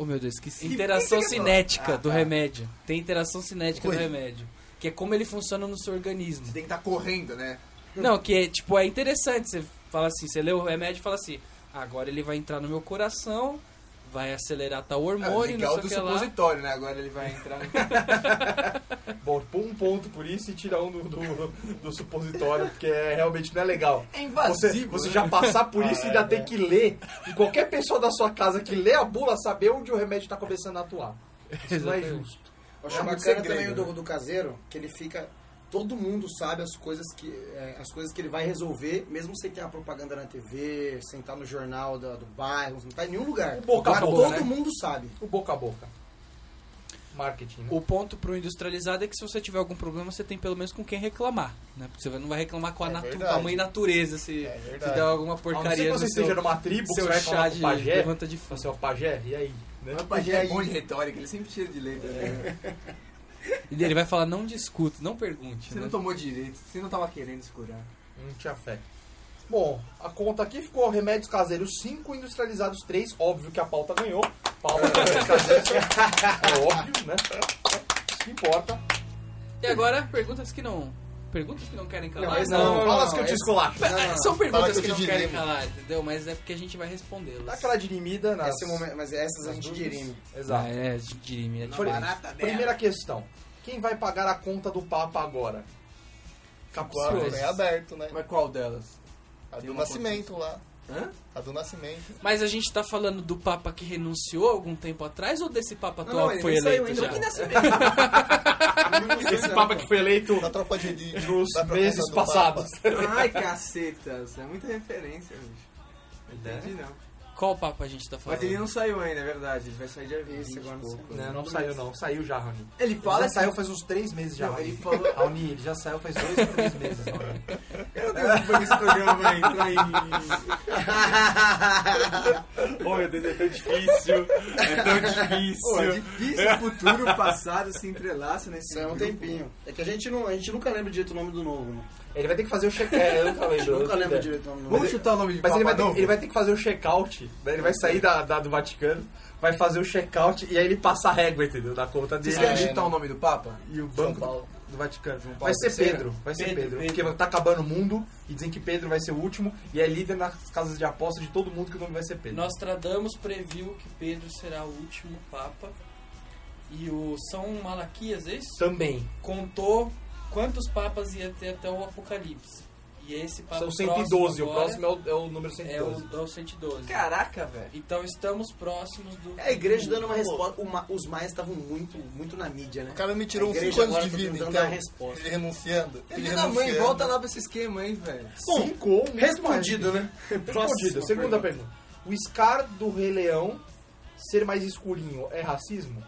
Oh meu Deus, esqueci. Interação
é Ah,
cinética
tá.
do remédio. Tem interação cinética do remédio. Que é como ele funciona no seu organismo.
Você tem que estar correndo, né?
Não, que é, tipo, é interessante. Você fala assim, você lê o remédio e fala assim, agora ele vai entrar no meu coração, vai acelerar tal
É,
hormônio,
legal
não
do
sei o que lá.
supositório, né? Agora ele vai entrar.
Bom, põe um ponto por isso e tira um do, do, do supositório, porque é, realmente não é legal.
É
Você,
invasivo.
você
né?
já passar por
Ah, é,
isso e ainda
né?
tem que ler. E qualquer pessoa da sua casa que lê a bula saber onde o remédio tá começando a atuar. Isso não é
Exatamente.
justo.
Eu
É
acho
um
bacana
segredo,
também o do,
né?
do caseiro, que ele fica. Todo mundo sabe as coisas que é, as coisas que ele vai resolver, mesmo sem ter a propaganda na TV, sem estar no jornal da- do, bairro, não tá em nenhum lugar.
boca a
Lá
boca,
todo
né?
mundo sabe.
O boca a boca. Marketing, né?
O ponto pro industrializado é que se você tiver algum problema, você tem pelo menos com quem reclamar, né? Porque você não vai reclamar com a,
É
natu-
verdade.
com a mãe natureza se,
É
se
verdade.
der alguma
a não ser que
porcaria
você
no seu,
esteja numa tribo, que
seu
você vai
chá
falar
de
com o pajé.
levanta de fã.
Você é o pajé? E aí? Né?
O Pajé é
aí?
bom de retórica, ele sempre tira de letra. né?
E ele vai falar, não discuta, não pergunte,
Você
né?
não tá tomou direito, você não tava querendo se curar.
Não tinha fé. Bom, a conta aqui ficou remédios caseiros 5, industrializados 3. Óbvio que a pauta ganhou. Pauta remédios caseiros. É óbvio, né? Isso que importa.
E agora, perguntas que não... Perguntas que não querem calar.
mas
Não,
não,
Então, fala
não,
as que eu
não,
te
é-
escolacho.
Pe- São
Fala
perguntas
que
que,
eu te
não querem
diremos.
calar, entendeu? Mas é porque a gente vai respondê-las.
Dá aquela dirimida nas...
Esse é o momento- mas essas a
nas
gente né?
dúvidas.
dirime.
Exato.
Ah, é, de- dirime, é
Por-
diferente.
Primeira questão. Quem vai pagar a conta do Papa agora?
Claro, é aberto, né?
Mas qual delas?
A
Tem
do
uma
Nascimento lá.
Hã?
Razão Nascimento.
Mas a gente tá falando do Papa que renunciou algum tempo atrás ou desse Papa
Não,
atual
não,
que
ele
foi
nem saiu
eleito
ainda.
já?
Ele né?
Esse Papa que foi eleito
Da tropa de elite.
nos
da propaganda
meses
do
passados.
Ai, cacetas. É muita referência, bicho. Não Entendi,
É?
não.
Qual Papa a gente tá falando?
Mas ele não saiu ainda, é verdade. Ele vai sair dia 20
Esse agora
e
não
né?
pouco.
Não, não saiu não. Saiu já, Rony.
Ele
Ele
fala
já saiu faz uns três meses já.
Não,
Raoni.
ele falou-
Raoni, ele já saiu faz dois ou três meses. Raoni.
Meu Deus, como esse programa vai entrar em...
oh, meu Deus, é tão difícil. É tão
Pô, é
difícil.
difícil o futuro e o passado se entrelaçam nesse
Isso é um
grupo.
tempinho. É que a gente, não, a gente nunca lembra direito o nome do novo, né?
Ele vai ter que fazer o check-out. Eu nunca lembro.
Nunca
eu-
lembra direito o nome do novo.
Vamos chutar o nome de
Mas
Papa
ele vai, ter,
novo?
ele vai ter que fazer o check-out. né? Ele vai sair da, da- do Vaticano, vai fazer o check-out e aí ele passa a régua, entendeu? Da conta
Vocês
dele.
querem
É,
chutar
né?
o nome do Papa?
E o
São
banco
Paulo.
do Vaticano.
Paulo
Vai ser
terceiro.
Pedro, vai ser
Pedro,
Pedro,
Pedro.
Porque tá acabando o mundo e dizem que Pedro vai ser o último e é líder nas casas de aposta de todo mundo que o nome vai ser Pedro.
Nostradamus previu que Pedro será o último Papa. E o São Malaquias, é isso?
Também.
Contou quantos papas ia ter até o Apocalipse. E esse papa
São 112, o próximo
próximo
é o, é o número
agora é
112.
o, é o 112.
Caraca, velho.
Então estamos próximos do.
É a igreja dando uma resposta. o ma- os maias estavam muito, muito na mídia, né?
O cara me tirou
A
uns
igreja
5 anos
agora
de
tá
vida,
tentando
então.
dar resposta.
Ele renunciando. Ele
Filho da
renunciando.
mãe, volta lá pra esse esquema aí, velho.
Cinco.
Respondido, né?
Respondido. Segunda pergunta. O Scar do Rei Leão ser mais escurinho é racismo?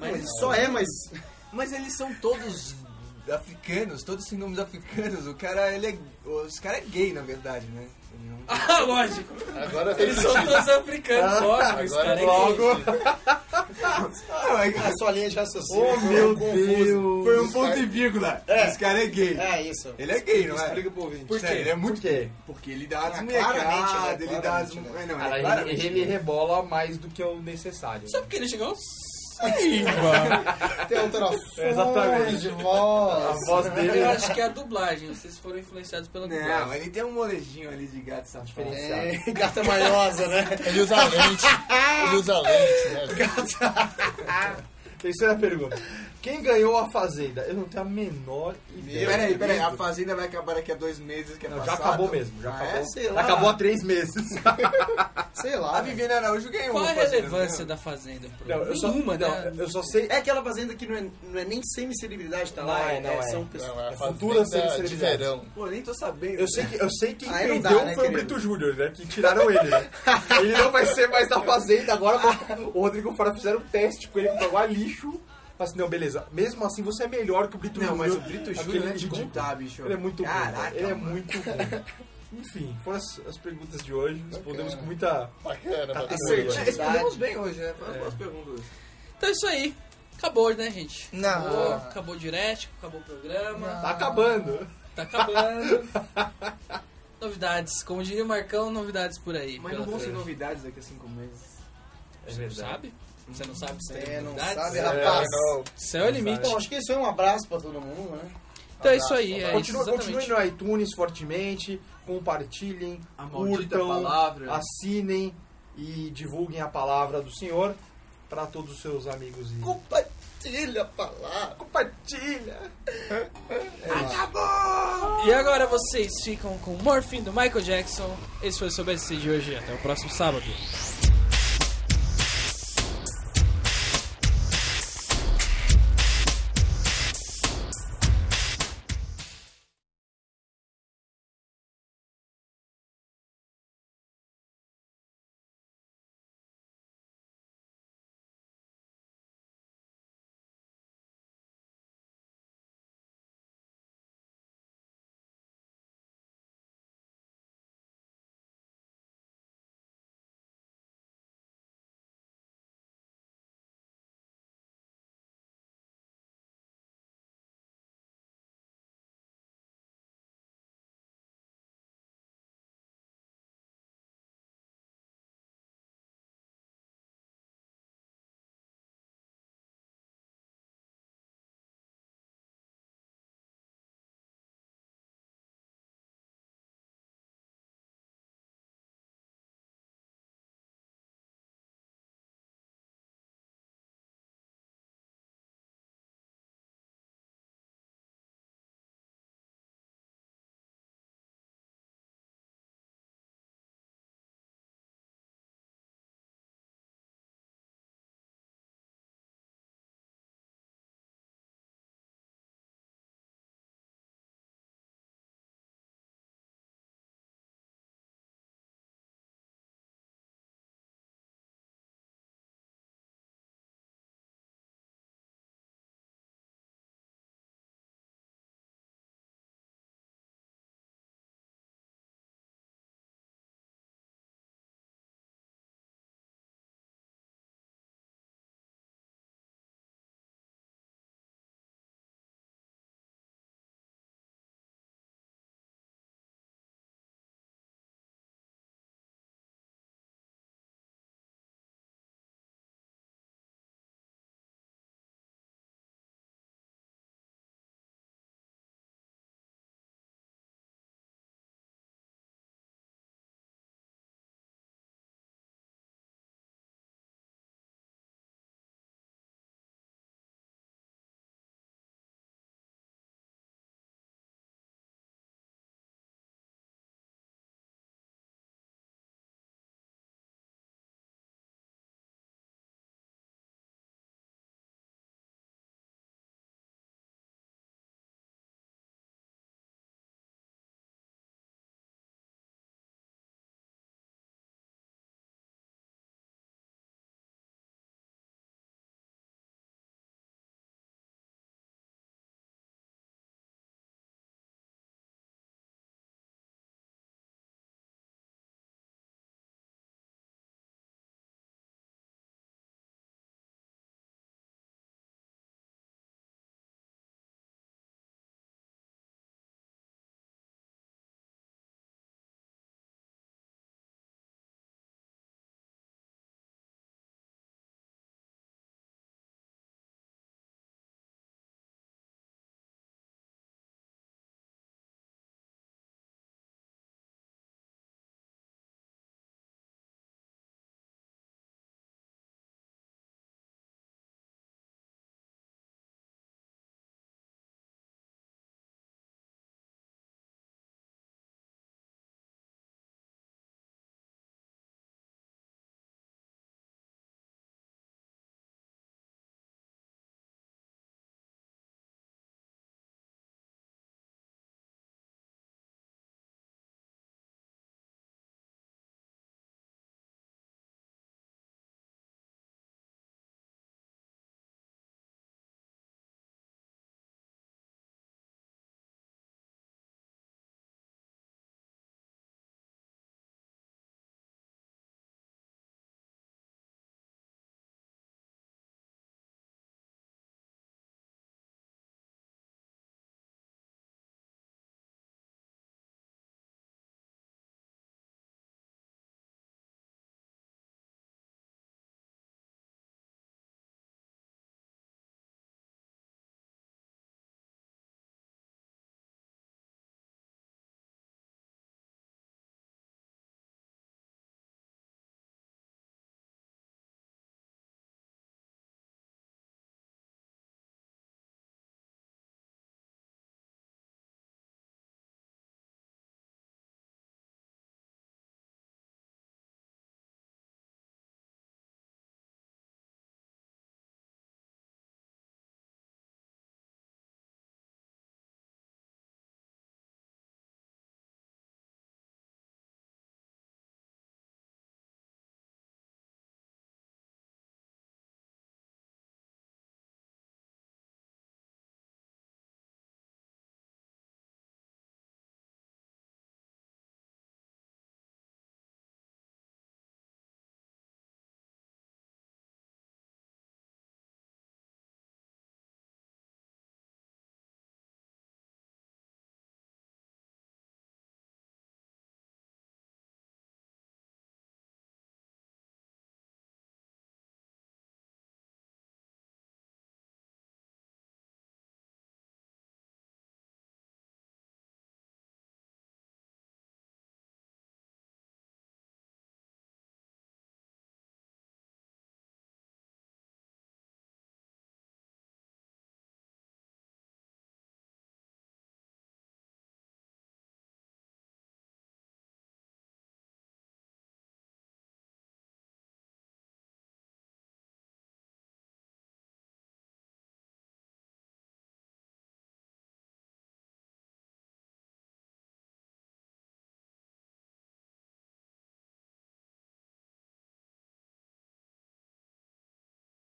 Mas ele só é, mas.
Mas eles são todos africanos, todos sem nomes africanos. O cara, ele é. Os cara é gay, na verdade, né? Ele não-
Ah, lógico!
Agora
Eles são todos africanos, lógico. esse
Agora
cara é
logo.
gay.
Não, é-
A sua linha de raciocínio.
Oh,
foi
meu
confusa.
Deus.
Foi um ponto e vírgula.
É.
Esse cara é gay.
É isso.
Ele é gay, não é?
Explica pro ouvinte.
Por
quê?
Ele é muito
Por quê?
Porque ele dá as
Ah,
molecadas,
claramente, né?
ele dá as...
Claramente,
É, não,
Cara,
é
ele-
claro.
ele, rebola mais do que o necessário. né?
Só porque ele chegou ao Silva.
Tem
um
alterações
É, exatamente.
de voz.
A voz dele
Eu
é
acho que é a dublagem, vocês foram influenciados pela dublagem.
Não, ele tem um molejinho ali de gato safado.
diferenciada.
É, gata malhosa, né?
Ele usa lente. né? Ele usa lente, né?
Terceira é pergunta. Quem ganhou a Fazenda? Eu não tenho a menor ideia.
Peraí, peraí, a Fazenda vai acabar daqui a dois meses, que é
Não, já
passado.
acabou mesmo. Já
Ah,
acabou.
é?
Sei lá.
Acabou há três meses.
Sei
A
lá.
Viviane Araújo ganhou
Qual a
uma Fazenda,
relevância
não
da Fazenda? Pro...
Não, eu só,
Nenhuma,
não,
né?
eu só sei...
É aquela fazenda que não é, não é nem semi-celebridade, tá lá?
Não é, não é.
São
Não,
pessoas.
é a
Futura
fazenda de
celebridade.
verão.
ganhou? Pô, nem tô sabendo.
Eu sei, que, eu sei quem
Aí não dá,
perdeu
né,
foi o
querido?
Brito Júnior, né? Que tiraram ele, né? Ele não vai ser mais da Fazenda agora. mas O Rodrigo Fora fizeram um teste com ele pra pegar lixo. Falaram assim, não, beleza. Mesmo assim, você é melhor que o Brito
Não,
Júnior.
mas o Brito
Aquele
Júnior é de
ridículo.
contar, bicho.
Ele é muito bom.
Caraca,
cara. Ele é
mano.
muito bom. Enfim, foram as, as perguntas de hoje. Respondemos com muita...
Bacana, bacana.
Acertei.
É, Respondemos bem hoje, né? Foram boas perguntas.
Então é isso aí. Acabou, né, gente?
Não.
Acabou, acabou o diurético, acabou o programa.
Tá acabando.
Tá acabando. novidades. Como diria o Marcão, novidades por aí.
Mas
pela
não vão ser
frente.
novidades daqui a cinco meses.
É
Sabe? Você não sabe se tem
É, não
novidades?
sabe,
É,
rapaz.
não.
Céu é o limite.
Bom, acho que isso é um abraço pra todo mundo, né?
Então é isso aí. É isso,
Continua, continue
exatamente.
no iTunes fortemente, compartilhem,
A maldita
curtam,
palavra.
assinem e divulguem a palavra do Senhor para todos os seus amigos. E...
Compartilha a palavra.
Compartilha!
E agora vocês ficam com Morfin do Michael Jackson. Esse foi o seu BSC de hoje. Até o próximo sábado.